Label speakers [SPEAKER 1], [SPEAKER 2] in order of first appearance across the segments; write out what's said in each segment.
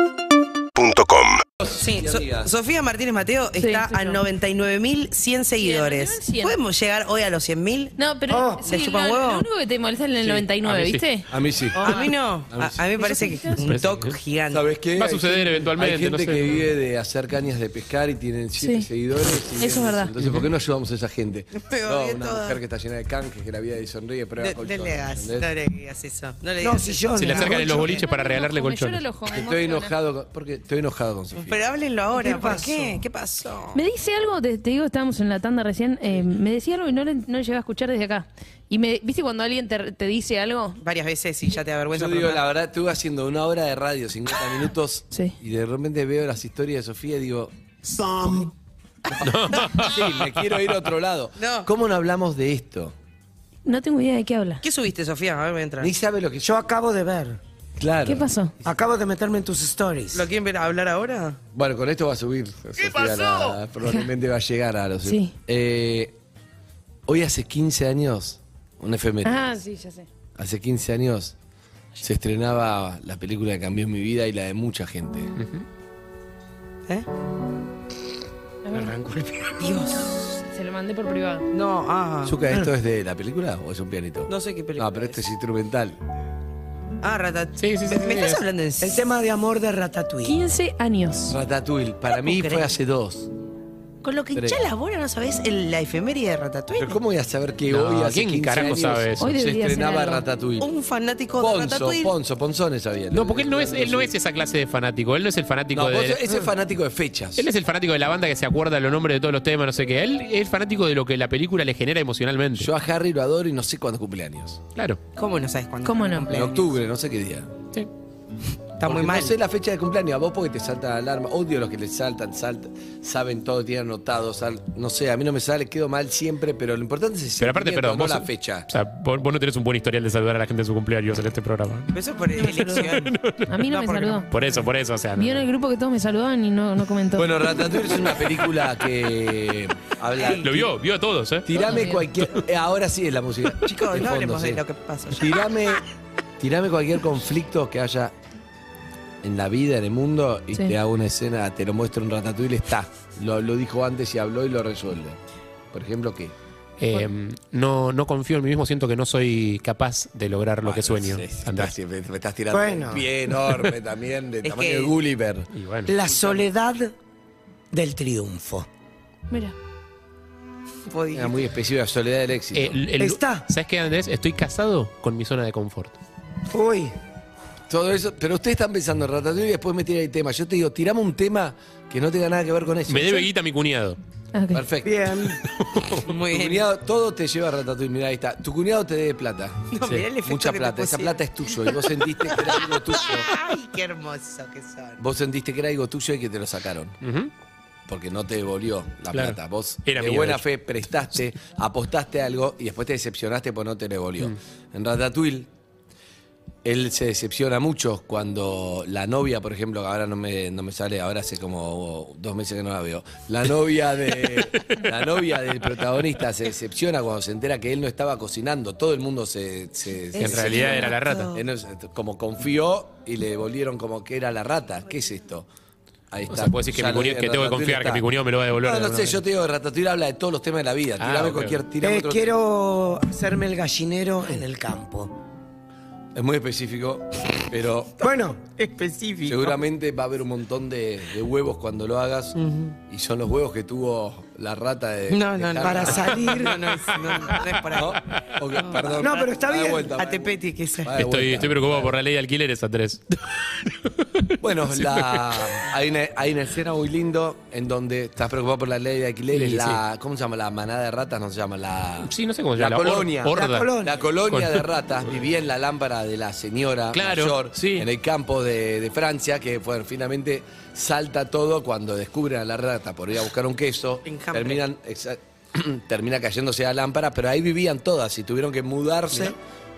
[SPEAKER 1] UrbanaPlayFM.com
[SPEAKER 2] Sí, So- Sofía Martínez Mateo está
[SPEAKER 3] soy
[SPEAKER 2] a
[SPEAKER 3] yo.
[SPEAKER 2] 99.100 seguidores.
[SPEAKER 3] ¿no? Cien.
[SPEAKER 2] ¿Podemos llegar hoy a los 100.000?
[SPEAKER 3] No, pero
[SPEAKER 2] ¿Te
[SPEAKER 3] sí,
[SPEAKER 2] chupan
[SPEAKER 3] lo,
[SPEAKER 2] huevo?
[SPEAKER 3] lo único que Ah, te molesta es el 99,
[SPEAKER 4] a mí sí.
[SPEAKER 3] ¿viste?
[SPEAKER 5] A mí
[SPEAKER 6] Ah.
[SPEAKER 5] sí.
[SPEAKER 2] A mí no. A, a mí me parece que es un toque gigante.
[SPEAKER 5] ¿Sabes qué?
[SPEAKER 4] Va a
[SPEAKER 5] Hay
[SPEAKER 4] suceder
[SPEAKER 5] gente-
[SPEAKER 4] eventualmente,
[SPEAKER 5] Hay gente
[SPEAKER 4] no sé.
[SPEAKER 5] que vive de hacer cañas de pescar y tienen siete
[SPEAKER 3] Sí.
[SPEAKER 5] seguidores. y
[SPEAKER 3] Eso es
[SPEAKER 5] viven-
[SPEAKER 3] verdad.
[SPEAKER 5] Entonces, ¿por qué no ayudamos a esa gente?
[SPEAKER 2] Te
[SPEAKER 5] No,
[SPEAKER 2] odié
[SPEAKER 5] una
[SPEAKER 2] toda.
[SPEAKER 5] mujer que está llena de canjes, que la vida y sonríe, prueba
[SPEAKER 2] De-
[SPEAKER 5] colchones,
[SPEAKER 2] Dele gas, no
[SPEAKER 5] ¿entendés?
[SPEAKER 2] le digas eso. No le digas
[SPEAKER 6] No,
[SPEAKER 2] eso.
[SPEAKER 6] si yo
[SPEAKER 4] Se le
[SPEAKER 6] no.
[SPEAKER 4] acercan en los boliches para
[SPEAKER 3] Yo
[SPEAKER 4] regalarle
[SPEAKER 3] lo jomo, yo
[SPEAKER 4] colchones.
[SPEAKER 3] lo jomo,
[SPEAKER 5] Estoy
[SPEAKER 3] emociono.
[SPEAKER 5] enojado con, porque estoy enojado con Sofía.
[SPEAKER 2] Pero háblenlo ahora,
[SPEAKER 6] ¿Qué
[SPEAKER 2] ¿por
[SPEAKER 6] pasó?
[SPEAKER 2] qué? ¿Qué pasó?
[SPEAKER 3] Me dice algo, te, te digo, estábamos en la tanda recién, eh, me decía algo y no, le- no le llegué a escuchar desde acá. Y me, ¿viste cuando alguien te, te dice algo?
[SPEAKER 2] Varias veces y ya te da vergüenza.
[SPEAKER 5] Yo
[SPEAKER 2] por
[SPEAKER 5] digo,
[SPEAKER 2] nada.
[SPEAKER 5] la verdad, estuve haciendo una hora de radio, 50 minutos,
[SPEAKER 3] Sí.
[SPEAKER 5] y de repente veo las historias de Sofía y digo,
[SPEAKER 6] Som.
[SPEAKER 5] sí, me quiero ir a otro lado.
[SPEAKER 2] No.
[SPEAKER 5] ¿Cómo no hablamos de esto?
[SPEAKER 3] No tengo idea de qué habla.
[SPEAKER 2] ¿Qué subiste, Sofía? A ver, me entra.
[SPEAKER 5] Ni sabe lo que yo...
[SPEAKER 6] Yo acabo de ver.
[SPEAKER 5] Claro.
[SPEAKER 3] ¿Qué pasó?
[SPEAKER 6] Acabo de meterme en tus stories.
[SPEAKER 2] ¿Lo quieren ver hablar ahora?
[SPEAKER 5] Bueno, con esto va a subir. Sofía, la- probablemente va a llegar a los.
[SPEAKER 3] Sí.
[SPEAKER 5] Eh, hoy hace 15 años, un efeméride.
[SPEAKER 3] Ah, sí, ya sé.
[SPEAKER 5] Hace 15 años se estrenaba la película que cambió mi vida y la de mucha gente.
[SPEAKER 2] ¿Eh? Dios.
[SPEAKER 3] Se lo mandé por privado.
[SPEAKER 2] No, ah.
[SPEAKER 5] Zucca, ¿esto es de la película o es un pianito?
[SPEAKER 2] No sé qué película
[SPEAKER 5] No, pero esto es instrumental.
[SPEAKER 2] Ah, ratat.
[SPEAKER 4] Sí, sí, sí,
[SPEAKER 2] ¿Me, me
[SPEAKER 4] sí,
[SPEAKER 2] estás
[SPEAKER 4] es.
[SPEAKER 2] hablando en
[SPEAKER 6] El tema de amor de Ratatouille.
[SPEAKER 3] 15 años.
[SPEAKER 5] Ratatouille, para mí fue hace dos.
[SPEAKER 2] Con lo que
[SPEAKER 5] Tres.
[SPEAKER 2] ya labora, ¿no sabés? El- la efeméride de Ratatouille.
[SPEAKER 5] Pero ¿cómo voy a saber que
[SPEAKER 4] No,
[SPEAKER 5] hoy hace
[SPEAKER 4] ¿quién
[SPEAKER 5] 15
[SPEAKER 4] carajo
[SPEAKER 5] años
[SPEAKER 4] sabe eso?
[SPEAKER 3] Hoy
[SPEAKER 5] se
[SPEAKER 3] debería ser
[SPEAKER 5] estrenaba
[SPEAKER 3] algo.
[SPEAKER 5] Ratatouille?
[SPEAKER 2] Un fanático de
[SPEAKER 5] Ponzo,
[SPEAKER 2] Ratatouille.
[SPEAKER 5] Ponzo, Ponzones sabía.
[SPEAKER 4] No, porque él no es, él no es esa clase de fanático. Él no es el fanático
[SPEAKER 5] No,
[SPEAKER 4] de.
[SPEAKER 5] Ponzo- ese es fanático de fechas.
[SPEAKER 4] Él es el fanático de la banda que se acuerda los nombres de todos los temas, no sé qué. Él es fanático de lo que la película le genera emocionalmente.
[SPEAKER 5] Yo a Harry lo adoro y no sé cuándo cumpleaños.
[SPEAKER 4] Claro.
[SPEAKER 2] ¿Cómo no sabes cuándo?
[SPEAKER 3] ¿Cómo
[SPEAKER 2] es tu
[SPEAKER 3] no?
[SPEAKER 5] En
[SPEAKER 2] cumpleaños?
[SPEAKER 5] octubre, no sé qué día.
[SPEAKER 4] Sí.
[SPEAKER 2] Está muy
[SPEAKER 5] Porque
[SPEAKER 2] mal.
[SPEAKER 5] No sé la fecha de cumpleaños. A vos porque te salta la alarma. Odio los que les saltan, saltan, saben todo, tienen anotado. sal- no sé, a mí no me sale, quedo mal siempre, pero lo importante es el
[SPEAKER 4] Pero aparte,
[SPEAKER 5] sentimiento,
[SPEAKER 4] perdón,
[SPEAKER 5] no
[SPEAKER 4] vos.
[SPEAKER 5] la fecha.
[SPEAKER 4] O sea, vos, vos no tenés un buen historial de saludar a la gente en su cumpleaños en este programa.
[SPEAKER 2] Pero Eso es por elección.
[SPEAKER 3] A mí no,
[SPEAKER 2] No,
[SPEAKER 3] me
[SPEAKER 2] porque
[SPEAKER 3] saludó.
[SPEAKER 4] Por eso, por eso, o sea. Ah, no.
[SPEAKER 3] Vio en el grupo que todos me saludaban y no, no comentó.
[SPEAKER 5] Bueno, Ratatouille es una película que habla.
[SPEAKER 4] Lo vio, vio a todos, ¿eh?
[SPEAKER 5] Tirame
[SPEAKER 3] Todo
[SPEAKER 5] cualquier. eh, ahora sí es la música.
[SPEAKER 2] Chicos,
[SPEAKER 5] De
[SPEAKER 2] no
[SPEAKER 5] fondo,
[SPEAKER 2] hablemos de
[SPEAKER 5] sí.
[SPEAKER 2] lo que pasó.
[SPEAKER 5] Tirame, tirame cualquier conflicto que haya en la vida, en el mundo, y
[SPEAKER 3] Sí.
[SPEAKER 5] te hago una escena, te lo muestro en Ratatouille, está. Lo, lo dijo antes y habló y lo resuelve. Por ejemplo, ¿qué?
[SPEAKER 4] Eh, no, no confío en mí mismo, siento que no soy capaz de lograr lo que
[SPEAKER 5] Ah,
[SPEAKER 4] sueño.
[SPEAKER 5] no sé, si
[SPEAKER 4] Andá.
[SPEAKER 5] estás- si me, me estás tirando
[SPEAKER 6] Bueno.
[SPEAKER 5] un pie enorme también, de
[SPEAKER 2] Es
[SPEAKER 5] tamaño
[SPEAKER 2] que-
[SPEAKER 5] de Gulliver.
[SPEAKER 4] Y bueno.
[SPEAKER 6] La soledad del triunfo.
[SPEAKER 3] Mira.
[SPEAKER 5] Era muy específica, soledad del éxito.
[SPEAKER 4] Eh, el- el-
[SPEAKER 6] Está.
[SPEAKER 4] ¿Sabes qué, Andrés? Estoy casado con mi zona de confort.
[SPEAKER 6] Uy.
[SPEAKER 5] Todo eso, pero ustedes están pensando en Ratatouille y después me tiran el tema. Yo te digo, tirame un tema que no tenga nada que ver con eso.
[SPEAKER 4] Me debe guita mi cuñado.
[SPEAKER 3] Ah, ok.
[SPEAKER 5] Perfecto.
[SPEAKER 6] Bien.
[SPEAKER 2] Muy
[SPEAKER 5] Tu
[SPEAKER 2] bien.
[SPEAKER 5] cuñado, todo te lleva a Ratatouille, mirá, ahí está. Tu cuñado te debe plata.
[SPEAKER 2] No, mirá el efecto
[SPEAKER 5] Mucha
[SPEAKER 2] que te
[SPEAKER 5] plata, esa
[SPEAKER 2] puse.
[SPEAKER 5] plata es tuyo y vos sentiste que era algo tuyo.
[SPEAKER 2] Ay, qué hermoso que son.
[SPEAKER 5] Vos sentiste que era algo tuyo y que te lo sacaron.
[SPEAKER 4] Ujú.
[SPEAKER 5] Porque no te devolvió la
[SPEAKER 4] Claro.
[SPEAKER 5] plata. Vos
[SPEAKER 4] Era
[SPEAKER 5] de
[SPEAKER 4] mío,
[SPEAKER 5] buena
[SPEAKER 4] de hecho.
[SPEAKER 5] fe prestaste, apostaste a algo y después te decepcionaste porque no te devolvió.
[SPEAKER 4] Mm.
[SPEAKER 5] En Ratatouille, él se decepciona mucho cuando la novia, por ejemplo, que ahora no me, no me sale, ahora hace como dos meses que no la veo. La novia de la novia del protagonista se decepciona cuando se entera que él no estaba cocinando. Todo el mundo se, se-
[SPEAKER 4] Que en
[SPEAKER 5] se-
[SPEAKER 4] realidad era la rata.
[SPEAKER 5] él no es- como confió y le devolvieron como que era la rata. ¿Qué es esto? Ahí
[SPEAKER 4] O sea, puedes decir que,
[SPEAKER 5] Ya
[SPEAKER 4] mi
[SPEAKER 5] lo
[SPEAKER 4] cuñado-
[SPEAKER 5] dije,
[SPEAKER 4] que tengo que
[SPEAKER 5] Ratatouille
[SPEAKER 4] confiar, que
[SPEAKER 5] está.
[SPEAKER 4] mi cuñado me lo va a devolver.
[SPEAKER 5] No,
[SPEAKER 4] de
[SPEAKER 5] no
[SPEAKER 4] alguna
[SPEAKER 5] sé, yo te digo, Ratatouille habla de todos los temas de la vida.
[SPEAKER 4] Ah,
[SPEAKER 5] tirame
[SPEAKER 4] ok.
[SPEAKER 5] cualquier, tirame
[SPEAKER 6] Eh,
[SPEAKER 5] otro-
[SPEAKER 6] quiero hacerme el gallinero en el campo.
[SPEAKER 5] Es muy específico, pero
[SPEAKER 6] Bueno,
[SPEAKER 2] Específico.
[SPEAKER 5] seguramente va a haber un montón de, de huevos cuando lo hagas. Y son los huevos que tuvo la rata de.
[SPEAKER 2] No, no,
[SPEAKER 5] de
[SPEAKER 2] no.
[SPEAKER 5] Harry.
[SPEAKER 6] Para salir.
[SPEAKER 2] No, no, es, no, no es por ahí.
[SPEAKER 5] ¿No? Ok, perdón.
[SPEAKER 6] No, pero está
[SPEAKER 5] Va de
[SPEAKER 6] bien.
[SPEAKER 5] vuelta, va de
[SPEAKER 2] Atepeti, que es.
[SPEAKER 5] vuelta. Va de
[SPEAKER 4] Estoy,
[SPEAKER 5] vuelta.
[SPEAKER 4] estoy preocupado por la ley de alquileres, Andrés.
[SPEAKER 5] Bueno, la- hay, una, hay una escena muy lindo en donde estás preocupado por la ley de alquileres,
[SPEAKER 4] Sí,
[SPEAKER 5] la, ¿cómo se llama? La manada de ratas, no se llama la...
[SPEAKER 4] Sí, no sé cómo se
[SPEAKER 5] La
[SPEAKER 4] llama. hor-
[SPEAKER 5] colonia, la
[SPEAKER 4] Horda.
[SPEAKER 6] colonia.
[SPEAKER 5] La colonia de ratas vivía en la lámpara de la señora
[SPEAKER 4] Claro,
[SPEAKER 5] mayor
[SPEAKER 4] sí.
[SPEAKER 5] en el campo de, de Francia, que bueno, finalmente salta todo cuando descubren a la rata por ir a buscar un queso.
[SPEAKER 2] Enjambre.
[SPEAKER 5] Terminan, exa- termina cayéndose la lámpara, pero ahí vivían todas y tuvieron que mudarse.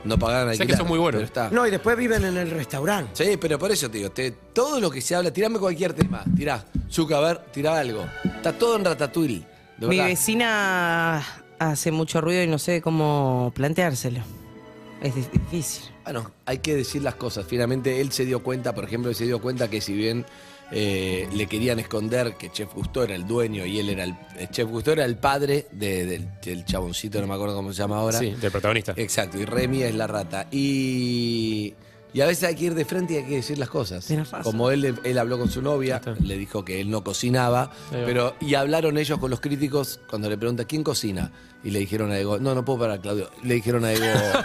[SPEAKER 5] No pagaban
[SPEAKER 4] Sé que
[SPEAKER 5] alquiler.
[SPEAKER 4] son muy buenos.
[SPEAKER 5] pero está.
[SPEAKER 6] no, y después viven en el restaurante.
[SPEAKER 5] Sí, pero por eso, tío, te, todo lo que se habla, tirame cualquier tema, tirá, Zucca, a ver, tirá algo. Está todo en Ratatouille, de
[SPEAKER 2] Mi
[SPEAKER 5] verdad.
[SPEAKER 2] vecina hace mucho ruido y no sé cómo planteárselo. Es di- difícil.
[SPEAKER 5] Bueno, hay que decir las cosas. Finalmente él se dio cuenta, por ejemplo, él se dio cuenta que si bien eh, le querían esconder que Chef Gusto era el dueño y él era el. eh, Chef Gusto era el padre de- del, del chaboncito, no me acuerdo cómo se llama ahora.
[SPEAKER 4] Sí, del protagonista.
[SPEAKER 5] Exacto, y Remy es la rata. Y, y a veces hay que ir de frente y hay que decir las cosas.
[SPEAKER 2] Tenés razón.
[SPEAKER 5] Como él, él habló con su novia,
[SPEAKER 4] Ahí está.
[SPEAKER 5] le dijo que él no cocinaba,
[SPEAKER 4] Ahí va.
[SPEAKER 5] pero y hablaron ellos con los críticos cuando le pregunta quién cocina. Y le dijeron a Ego, no, no puedo parar, Claudio. Le dijeron a Ego,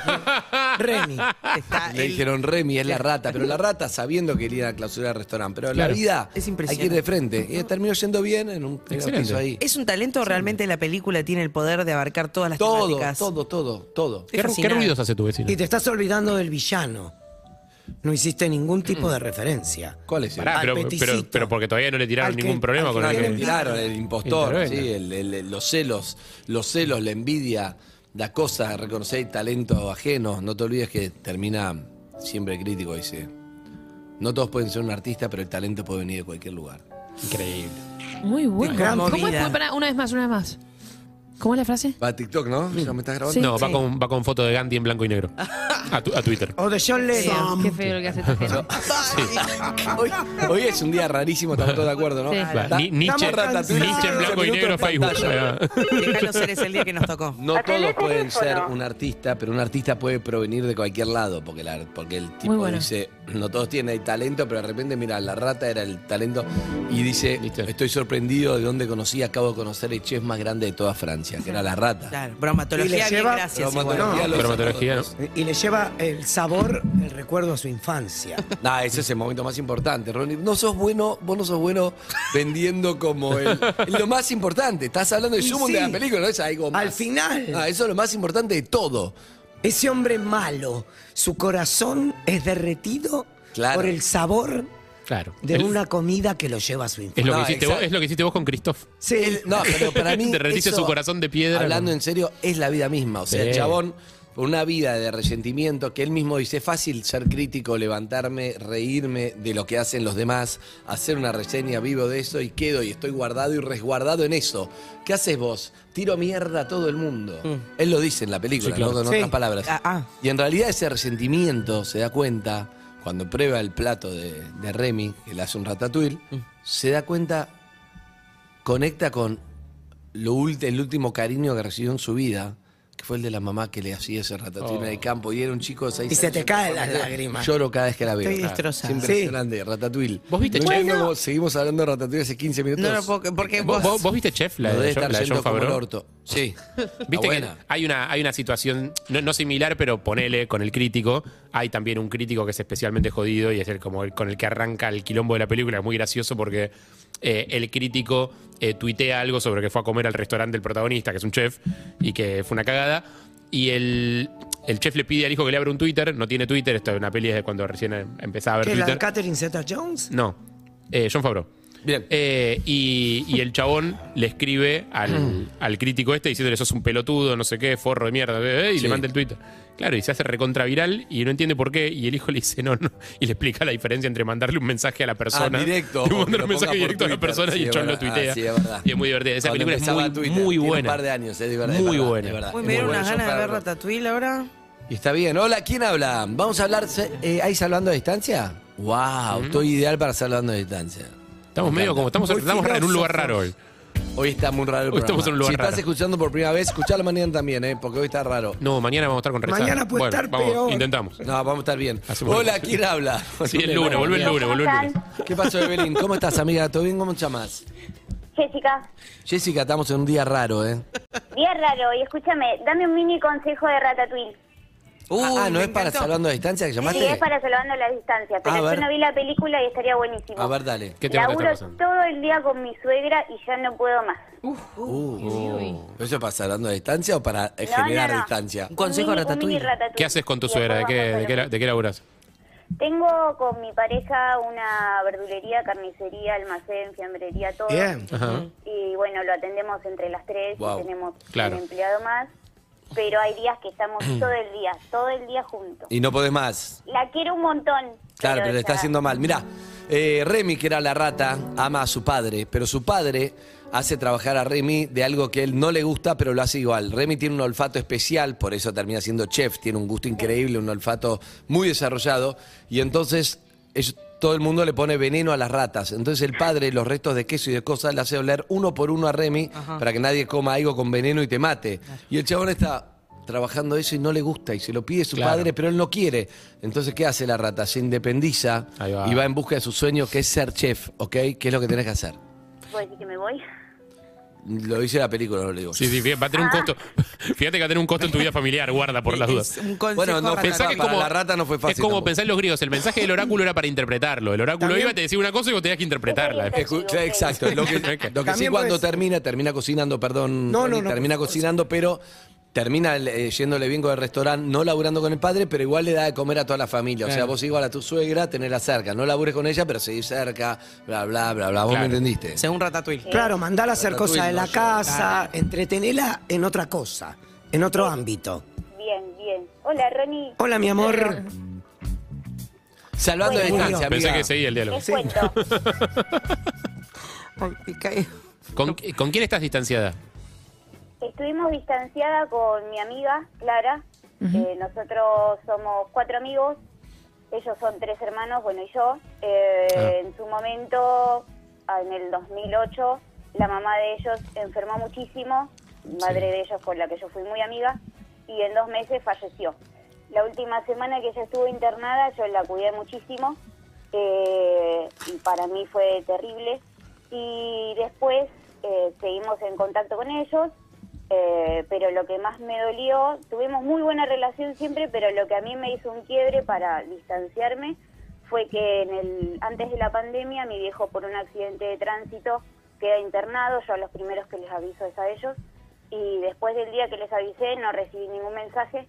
[SPEAKER 6] Remy.
[SPEAKER 2] Está
[SPEAKER 5] le
[SPEAKER 2] el-
[SPEAKER 5] dijeron Remy es la rata, pero la rata sabiendo que él iba a clausurar el restaurante. Pero
[SPEAKER 4] Claro.
[SPEAKER 5] la vida
[SPEAKER 2] Es
[SPEAKER 5] hay
[SPEAKER 2] impresionante.
[SPEAKER 5] que ir de frente. Y terminó yendo bien en un en un
[SPEAKER 4] Excelente.
[SPEAKER 5] piso ahí.
[SPEAKER 2] Es un talento, realmente la película tiene el poder de abarcar todas las
[SPEAKER 5] Todo,
[SPEAKER 2] temáticas.
[SPEAKER 5] todo, todo, todo.
[SPEAKER 4] ¿Qué, ru- qué
[SPEAKER 2] fascinante.
[SPEAKER 4] ruidos hace tu vecino?
[SPEAKER 6] Y te estás olvidando del villano. No hiciste ningún tipo de referencia.
[SPEAKER 5] ¿Cuál es el?
[SPEAKER 4] Pará,
[SPEAKER 6] al
[SPEAKER 4] pero,
[SPEAKER 6] peticito.
[SPEAKER 4] pero, pero porque todavía no le tiraron
[SPEAKER 6] Al que-
[SPEAKER 4] ningún problema
[SPEAKER 6] al
[SPEAKER 4] con
[SPEAKER 5] No,
[SPEAKER 6] que
[SPEAKER 4] el
[SPEAKER 5] le
[SPEAKER 6] tiene
[SPEAKER 4] que...
[SPEAKER 5] tiraron el impostor,
[SPEAKER 4] Intervenga.
[SPEAKER 5] sí, el- el- el- los celos, los celos, la envidia, la cosa, reconocer talento ajeno. No te olvides que termina siempre el crítico, dice. No todos pueden ser un artista, pero el talento puede venir de cualquier lugar.
[SPEAKER 4] Increíble.
[SPEAKER 3] Muy bueno.
[SPEAKER 2] Gran
[SPEAKER 3] ¿Cómo es?
[SPEAKER 2] movida.
[SPEAKER 3] Pues, pará, una vez más, una vez más. ¿Cómo es la frase?
[SPEAKER 5] Va a TikTok, ¿no? ¿Ya me estás grabando?
[SPEAKER 3] Mm. Sí.
[SPEAKER 4] No, va con, va con foto de Gandhi en blanco y negro. A, tu- a Twitter.
[SPEAKER 6] O de John Lennon.
[SPEAKER 3] Qué feo lo que hace este esta gente.
[SPEAKER 5] Hoy, hoy es un día rarísimo, estamos todos de acuerdo, ¿no?
[SPEAKER 3] Sí.
[SPEAKER 5] Da-
[SPEAKER 4] Va, Ni- Nietzsche,
[SPEAKER 5] damos ratatouille
[SPEAKER 4] Nietzsche en
[SPEAKER 5] 15
[SPEAKER 4] blanco y
[SPEAKER 5] minutos
[SPEAKER 4] negro
[SPEAKER 5] en
[SPEAKER 4] Facebook.
[SPEAKER 5] pantalla.
[SPEAKER 4] Ahí va.
[SPEAKER 2] Dejalo ser, es el día que nos tocó.
[SPEAKER 5] No todos pueden ser un artista, pero un artista puede provenir de cualquier lado, porque, la- porque el tipo
[SPEAKER 3] Muy bueno.
[SPEAKER 5] dice, no todos tienen talento, pero de repente, mira, la rata era el talento, y dice,
[SPEAKER 4] ¿Viste?
[SPEAKER 5] estoy sorprendido de dónde conocí, acabo de conocer el chef más grande de toda Francia, que era la rata.
[SPEAKER 2] Claro, bromatología,
[SPEAKER 6] Y le
[SPEAKER 2] bien,
[SPEAKER 6] lleva-
[SPEAKER 2] gracias.
[SPEAKER 5] Bromatología
[SPEAKER 2] igual.
[SPEAKER 5] lo hizo
[SPEAKER 4] Bromatología,
[SPEAKER 5] todos.
[SPEAKER 6] Y le lleva el sabor, el recuerdo a su infancia.
[SPEAKER 5] Nah, ese es el momento más importante, Ronnie. No sos bueno, vos no sos bueno vendiendo como el. es lo más importante. Estás hablando de
[SPEAKER 6] Y
[SPEAKER 5] Shumon de
[SPEAKER 6] sí.
[SPEAKER 5] la película, no es algo más.
[SPEAKER 6] Al final.
[SPEAKER 5] Ah, eso es lo más importante de todo.
[SPEAKER 6] Ese hombre malo, su corazón es derretido
[SPEAKER 5] Claro.
[SPEAKER 6] por el sabor
[SPEAKER 4] Claro.
[SPEAKER 6] de
[SPEAKER 4] El-
[SPEAKER 6] una comida que lo lleva a su infancia.
[SPEAKER 4] es, lo que
[SPEAKER 5] No,
[SPEAKER 4] hiciste
[SPEAKER 5] exacto.
[SPEAKER 4] vos, es lo que hiciste vos con Christoph.
[SPEAKER 6] Sí.
[SPEAKER 5] Él- no, pero para mí.
[SPEAKER 4] Derretiste
[SPEAKER 5] eso,
[SPEAKER 4] su corazón de piedra.
[SPEAKER 5] Hablando
[SPEAKER 4] Con-
[SPEAKER 5] en serio, es la vida misma. O sea, el
[SPEAKER 4] Sí.
[SPEAKER 5] chabón, una vida de resentimiento, que él mismo dice: es fácil ser crítico, levantarme, reírme de lo que hacen los demás, hacer una reseña vivo de eso y quedo y estoy guardado y resguardado en eso. ¿Qué haces vos? Tiro mierda a todo el mundo. Él lo dice en la película,
[SPEAKER 4] Mm. Sí, claro.
[SPEAKER 5] ¿no? Con
[SPEAKER 6] Sí.
[SPEAKER 5] otras palabras.
[SPEAKER 2] Ah, ah.
[SPEAKER 5] Y en realidad ese resentimiento se da cuenta cuando prueba el plato de, de Remy, que le hace un ratatouille,
[SPEAKER 4] Mm.
[SPEAKER 5] se da cuenta, conecta con lo ulti- el último cariño que recibió en su vida, que fue el de la mamá que le hacía ese ratatouille
[SPEAKER 4] Oh.
[SPEAKER 5] en el campo, y era un chico de seis
[SPEAKER 6] Y se
[SPEAKER 5] años.
[SPEAKER 6] te caen las lágrimas.
[SPEAKER 5] Lloro cada vez que la veo.
[SPEAKER 2] Estoy destrozada.
[SPEAKER 5] Es impresionante, ratatouille.
[SPEAKER 4] ¿Vos viste,
[SPEAKER 5] No
[SPEAKER 4] Chef?
[SPEAKER 5] entiendo cómo seguimos hablando de ratatouille hace 15 minutos.
[SPEAKER 2] No, no, porque, porque
[SPEAKER 4] ¿Vos,
[SPEAKER 2] vos...
[SPEAKER 4] vos- vos viste Chef, la
[SPEAKER 5] Nos debe
[SPEAKER 4] de,
[SPEAKER 5] estar
[SPEAKER 4] Jo- la de
[SPEAKER 5] yendo
[SPEAKER 4] John
[SPEAKER 5] como el
[SPEAKER 4] Favreau?
[SPEAKER 5] orto. Sí. Está
[SPEAKER 4] Viste que
[SPEAKER 5] buena.
[SPEAKER 4] hay una, hay una situación, no, no similar, pero ponele con el crítico. Hay también un crítico que es especialmente jodido y es el como el- con el que arranca el quilombo de la película. Es muy gracioso porque eh, el crítico eh, tuitea algo sobre que fue a comer al restaurante del protagonista, que es un chef, y que fue una cagada. Y el, el chef le pide al hijo que le abra un Twitter. No tiene Twitter, esto es una peli desde cuando recién eh, empezaba a ver
[SPEAKER 6] ¿Qué, la de
[SPEAKER 4] Twitter.
[SPEAKER 6] Catherine Zeta-Jones?
[SPEAKER 4] No, eh, John Favreau.
[SPEAKER 5] Bien.
[SPEAKER 4] Eh, y, y el chabón le escribe al, al crítico este diciéndole sos un pelotudo, no sé qué, forro de mierda, eh, eh, y
[SPEAKER 5] Sí.
[SPEAKER 4] le manda el tweet. Claro, y se hace recontraviral y no entiende por qué. Y el hijo le dice no, no. Y le explica la diferencia entre mandarle un mensaje a la persona.
[SPEAKER 5] Ah, directo,
[SPEAKER 4] Y
[SPEAKER 5] o que
[SPEAKER 4] mandar
[SPEAKER 5] lo
[SPEAKER 4] un
[SPEAKER 5] ponga
[SPEAKER 4] mensaje
[SPEAKER 5] por
[SPEAKER 4] directo a la
[SPEAKER 5] Twitter.
[SPEAKER 4] persona
[SPEAKER 5] Sí,
[SPEAKER 4] y el
[SPEAKER 5] es
[SPEAKER 4] chabón lo
[SPEAKER 5] verdad.
[SPEAKER 4] tuitea.
[SPEAKER 5] Ah, sí, es verdad.
[SPEAKER 4] y es muy divertida. Esa
[SPEAKER 5] Cuando
[SPEAKER 4] película
[SPEAKER 5] empezaba
[SPEAKER 4] es muy,
[SPEAKER 5] Twitter,
[SPEAKER 4] muy
[SPEAKER 5] tiene un
[SPEAKER 4] buena.
[SPEAKER 5] par de años, es de verdad, es
[SPEAKER 4] Muy
[SPEAKER 5] verdad,
[SPEAKER 4] buena.
[SPEAKER 5] es verdad.
[SPEAKER 2] Uy,
[SPEAKER 5] Es
[SPEAKER 2] me dieron
[SPEAKER 5] muy
[SPEAKER 2] unas
[SPEAKER 5] bueno,
[SPEAKER 2] ganas de ver
[SPEAKER 5] yo para-
[SPEAKER 2] Ratatouille ahora.
[SPEAKER 5] Y está bien. Hola, ¿quién habla? ¿Vamos a hablar se- eh, ahí salvando a distancia? ¡Wow! Estoy ideal para salvando a distancia.
[SPEAKER 4] Estamos
[SPEAKER 5] Me
[SPEAKER 4] medio como
[SPEAKER 5] encanta.
[SPEAKER 4] estamos,
[SPEAKER 6] Muy
[SPEAKER 4] estamos en un lugar
[SPEAKER 6] filósofos.
[SPEAKER 4] raro hoy.
[SPEAKER 5] Hoy está muy raro el
[SPEAKER 4] Hoy estamos
[SPEAKER 5] programa.
[SPEAKER 4] en un lugar
[SPEAKER 5] si estás
[SPEAKER 4] raro.
[SPEAKER 5] escuchando por primera vez, escuchá la mañana también, ¿eh? Porque hoy está raro.
[SPEAKER 4] No, mañana vamos a estar con Rezar.
[SPEAKER 6] Mañana puede
[SPEAKER 4] Bueno,
[SPEAKER 6] estar
[SPEAKER 4] vamos,
[SPEAKER 6] peor.
[SPEAKER 4] Intentamos.
[SPEAKER 5] No, vamos a estar bien.
[SPEAKER 4] Hacemos-
[SPEAKER 5] Hola, ¿quién habla?
[SPEAKER 4] Sí, el lunes, vuelve el lunes, vuelve el lunes.
[SPEAKER 5] ¿Qué pasó, Evelyn? ¿Cómo estás, amiga? ¿Todo bien? ¿Cómo te llamas?
[SPEAKER 1] Jessica,
[SPEAKER 5] Jessica, estamos en un día raro, ¿eh?
[SPEAKER 1] día raro. Y escúchame, dame un mini consejo de Ratatouille.
[SPEAKER 5] ah, ah, ¿no
[SPEAKER 2] me
[SPEAKER 5] es para
[SPEAKER 2] encantó.
[SPEAKER 5] salvando a distancia que llamaste?
[SPEAKER 1] Uh, Sí, es para salvando las distancias, pero
[SPEAKER 5] A ver.
[SPEAKER 1] yo no vi la película y estaría buenísimo.
[SPEAKER 5] A ver, dale.
[SPEAKER 4] ¿Qué te va a estar
[SPEAKER 1] Laburo
[SPEAKER 4] pasando?
[SPEAKER 1] todo el día con mi suegra y ya no puedo más. Uh,
[SPEAKER 5] ¿Pero Uh. ¿Eso es para salvando a distancia o para eh,
[SPEAKER 1] No,
[SPEAKER 5] generar
[SPEAKER 1] no, no.
[SPEAKER 5] distancia?
[SPEAKER 2] Un consejo
[SPEAKER 1] mini-
[SPEAKER 2] Ratatouille.
[SPEAKER 1] mini Ratatouille.
[SPEAKER 4] ¿Qué haces con tu
[SPEAKER 1] Y
[SPEAKER 4] suegra? ¿De qué,
[SPEAKER 1] después
[SPEAKER 4] de
[SPEAKER 1] bajo
[SPEAKER 4] qué,
[SPEAKER 1] la-
[SPEAKER 4] la- de qué laburás?
[SPEAKER 1] Tengo con mi pareja una verdulería, carnicería, almacén, fiambrería, todo.
[SPEAKER 6] Bien.
[SPEAKER 4] Ajá.
[SPEAKER 1] Y bueno, lo atendemos entre las tres
[SPEAKER 5] Guau,
[SPEAKER 1] y tenemos
[SPEAKER 4] claro.
[SPEAKER 1] un empleado más. Pero hay días que estamos todo el día, todo el día juntos.
[SPEAKER 5] Y no podés más.
[SPEAKER 1] La quiero un montón.
[SPEAKER 5] Claro, pero le está
[SPEAKER 1] ya-
[SPEAKER 5] haciendo mal. Mirá, eh, Remy, que era la rata, ama a su padre, pero su padre hace trabajar a Remy de algo que él no le gusta, pero lo hace igual. Remy tiene un olfato especial, por eso termina siendo chef, tiene un gusto increíble, un olfato muy desarrollado, y entonces ellos- todo el mundo le pone veneno a las ratas. Entonces el padre los restos de queso y de cosas le hace oler uno por uno a Remy para que nadie coma algo con veneno y te mate. Y el chabón está trabajando eso y no le gusta y se lo pide su
[SPEAKER 4] Claro.
[SPEAKER 5] padre, pero él no quiere. Entonces, ¿qué hace la rata? Se independiza
[SPEAKER 4] Ahí va.
[SPEAKER 5] y va en busca de su sueño, que es ser chef, ¿ok? ¿Qué es lo que tenés que hacer?
[SPEAKER 1] ¿Puedo decir que me voy?
[SPEAKER 5] Lo dice la película, no lo digo. yo.
[SPEAKER 4] Sí, sí, fíjate, va a tener
[SPEAKER 5] Ah.
[SPEAKER 4] un costo. Fíjate que va a tener un costo en tu vida familiar, guarda por las
[SPEAKER 2] Es
[SPEAKER 4] dudas.
[SPEAKER 2] un consejo
[SPEAKER 5] Bueno, no,
[SPEAKER 2] radical.
[SPEAKER 5] pensá
[SPEAKER 4] Pensá
[SPEAKER 5] Para-
[SPEAKER 4] que
[SPEAKER 5] para
[SPEAKER 4] como,
[SPEAKER 5] la rata no fue fácil
[SPEAKER 4] Es como
[SPEAKER 5] tampoco.
[SPEAKER 4] pensar en los griegos. El mensaje del oráculo era para interpretarlo. El oráculo
[SPEAKER 6] También-
[SPEAKER 4] iba y te decía una cosa y vos tenías que interpretarla.
[SPEAKER 1] También-
[SPEAKER 5] Escu- sí, exacto. Lo que,
[SPEAKER 4] Ok.
[SPEAKER 5] lo que sí
[SPEAKER 6] También
[SPEAKER 5] cuando
[SPEAKER 6] puede ser.
[SPEAKER 5] termina, termina cocinando, perdón.
[SPEAKER 6] No, no,
[SPEAKER 5] Remy,
[SPEAKER 6] no,
[SPEAKER 5] Termina
[SPEAKER 6] por favor.
[SPEAKER 5] cocinando, pero termina eh, yéndole bien con el restaurante, no laburando con el padre, pero igual le da de comer a toda la familia. O sea,
[SPEAKER 4] Claro.
[SPEAKER 5] vos igual a tu suegra, tenerla cerca. No labures con ella, pero seguir cerca, bla, bla, bla, bla. Vos
[SPEAKER 4] Claro.
[SPEAKER 5] me entendiste.
[SPEAKER 2] Según Ratatouille.
[SPEAKER 6] Claro, mandala a hacer
[SPEAKER 5] Ratatouille,
[SPEAKER 6] cosas de la
[SPEAKER 5] no,
[SPEAKER 6] casa, entretenela en otra cosa, en otro ámbito.
[SPEAKER 1] Bien, bien. Hola, Ronnie.
[SPEAKER 6] Hola, mi amor.
[SPEAKER 5] Salvando
[SPEAKER 1] Bueno.
[SPEAKER 5] distancia,
[SPEAKER 4] Pensé
[SPEAKER 5] amiga.
[SPEAKER 4] que seguía el diálogo.
[SPEAKER 1] Les cuento.
[SPEAKER 2] Ay, me caí.
[SPEAKER 4] ¿Con, con quién estás distanciada?
[SPEAKER 1] Estuvimos distanciada con mi amiga Clara. Eh, nosotros somos cuatro amigos. Ellos son tres hermanos, bueno, y yo. Eh,
[SPEAKER 4] Ah.
[SPEAKER 1] En su momento, ah, en el 2008, la mamá de ellos enfermó muchísimo. Madre de ellos con la que yo fui muy amiga. Y en dos meses falleció. La última semana que ella estuvo internada, yo la cuidé muchísimo. eh, y para mí fue terrible. Y después eh, seguimos en contacto con ellos. Eh, pero lo que más me dolió, tuvimos muy buena relación siempre, pero lo que a mí me hizo un quiebre para distanciarme fue que en el, antes de la pandemia mi viejo por un accidente de tránsito queda internado, yo a los primeros que les aviso es a ellos, y después del día que les avisé no recibí ningún mensaje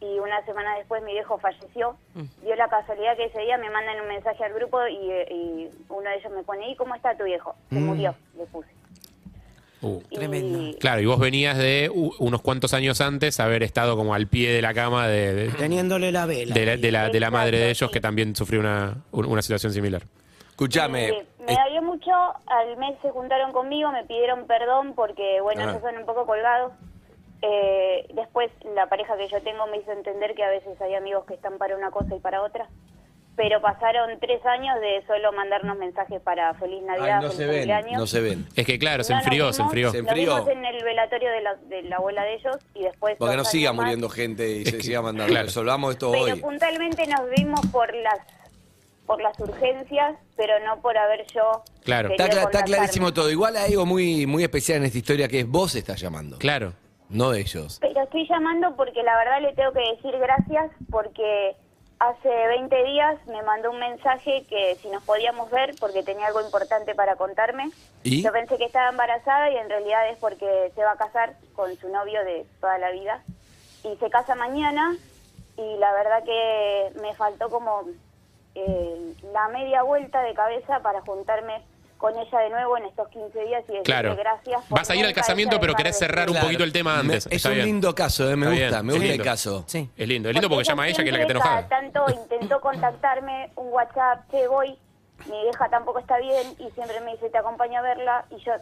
[SPEAKER 1] y una semana después mi viejo falleció. Dio la casualidad que ese día me mandan un mensaje al grupo y, eh, y uno de ellos me pone, ¿y cómo está tu viejo? Se murió, le puse.
[SPEAKER 4] Uh.
[SPEAKER 1] Y-
[SPEAKER 2] Tremendo.
[SPEAKER 4] Claro, y vos venías de u- unos cuantos años antes haber estado como al pie de la cama de, de-
[SPEAKER 6] Teniéndole la vela.
[SPEAKER 4] de la, de la- de la madre de
[SPEAKER 1] Exacto,
[SPEAKER 4] ellos que
[SPEAKER 1] sí.
[SPEAKER 4] también sufrió una, un- una situación similar.
[SPEAKER 5] Escuchame.
[SPEAKER 1] Sí, me dolió mucho, al mes se juntaron conmigo, me pidieron perdón porque, bueno,
[SPEAKER 5] Ah.
[SPEAKER 1] ellos son un poco colgados. Eh, después la pareja que yo tengo me hizo entender que a veces hay amigos que están para una cosa y para otra. Pero pasaron tres años de solo mandarnos mensajes para feliz
[SPEAKER 5] Ay,
[SPEAKER 1] Navidad,
[SPEAKER 5] no
[SPEAKER 1] feliz
[SPEAKER 5] se ven,
[SPEAKER 1] cumpleaños.
[SPEAKER 5] no se ven.
[SPEAKER 4] Es que claro, se
[SPEAKER 1] No nos
[SPEAKER 4] enfrió, se
[SPEAKER 1] vimos,
[SPEAKER 4] enfrió.
[SPEAKER 5] Se
[SPEAKER 1] Nos vimos
[SPEAKER 5] enfrió.
[SPEAKER 1] en el velatorio de la, de la abuela de ellos y después...
[SPEAKER 5] Porque no
[SPEAKER 1] dos
[SPEAKER 5] siga
[SPEAKER 1] años más.
[SPEAKER 5] muriendo gente y
[SPEAKER 4] Es
[SPEAKER 5] se
[SPEAKER 4] que-
[SPEAKER 5] siga mandando.
[SPEAKER 4] claro.
[SPEAKER 5] Resolvamos esto
[SPEAKER 1] Pero
[SPEAKER 5] hoy.
[SPEAKER 1] puntualmente nos vimos por las por las urgencias, pero no por haber yo...
[SPEAKER 4] Claro.
[SPEAKER 5] Está,
[SPEAKER 1] querido
[SPEAKER 5] cla- está
[SPEAKER 1] contactarme.
[SPEAKER 5] clarísimo todo. Igual hay algo muy, muy especial en esta historia que es vos estás llamando.
[SPEAKER 4] Claro.
[SPEAKER 5] No ellos.
[SPEAKER 1] Pero estoy llamando porque la verdad le tengo que decir gracias porque hace 20 días me mandó un mensaje que si nos podíamos ver porque tenía algo importante para contarme.
[SPEAKER 5] ¿Y?
[SPEAKER 1] Yo pensé que estaba embarazada y en realidad es porque se va a casar con su novio de toda la vida. Y se casa mañana y la verdad que me faltó como eh, la media vuelta de cabeza para juntarme con ella de nuevo en estos 15 días y decirle
[SPEAKER 4] Claro.
[SPEAKER 1] gracias. por
[SPEAKER 4] Vas a ir al
[SPEAKER 1] nunca
[SPEAKER 4] casamiento,
[SPEAKER 1] dejar
[SPEAKER 4] pero
[SPEAKER 1] de
[SPEAKER 4] querés cerrar un
[SPEAKER 1] decirme.
[SPEAKER 5] Claro.
[SPEAKER 4] poquito el tema antes.
[SPEAKER 5] Me- es
[SPEAKER 4] Está
[SPEAKER 5] un
[SPEAKER 4] bien.
[SPEAKER 5] lindo caso, eh, me
[SPEAKER 4] Está
[SPEAKER 5] gusta,
[SPEAKER 4] bien,
[SPEAKER 5] me
[SPEAKER 4] es
[SPEAKER 5] gusta el
[SPEAKER 4] lindo.
[SPEAKER 5] caso.
[SPEAKER 2] Sí.
[SPEAKER 4] Es lindo, es lindo porque llama a ella que es la que está
[SPEAKER 1] siempre
[SPEAKER 4] enojada.
[SPEAKER 1] cada tanto intentó contactarme un WhatsApp, che, voy, mi vieja tampoco está bien y siempre me dice, te acompaño a verla y yo...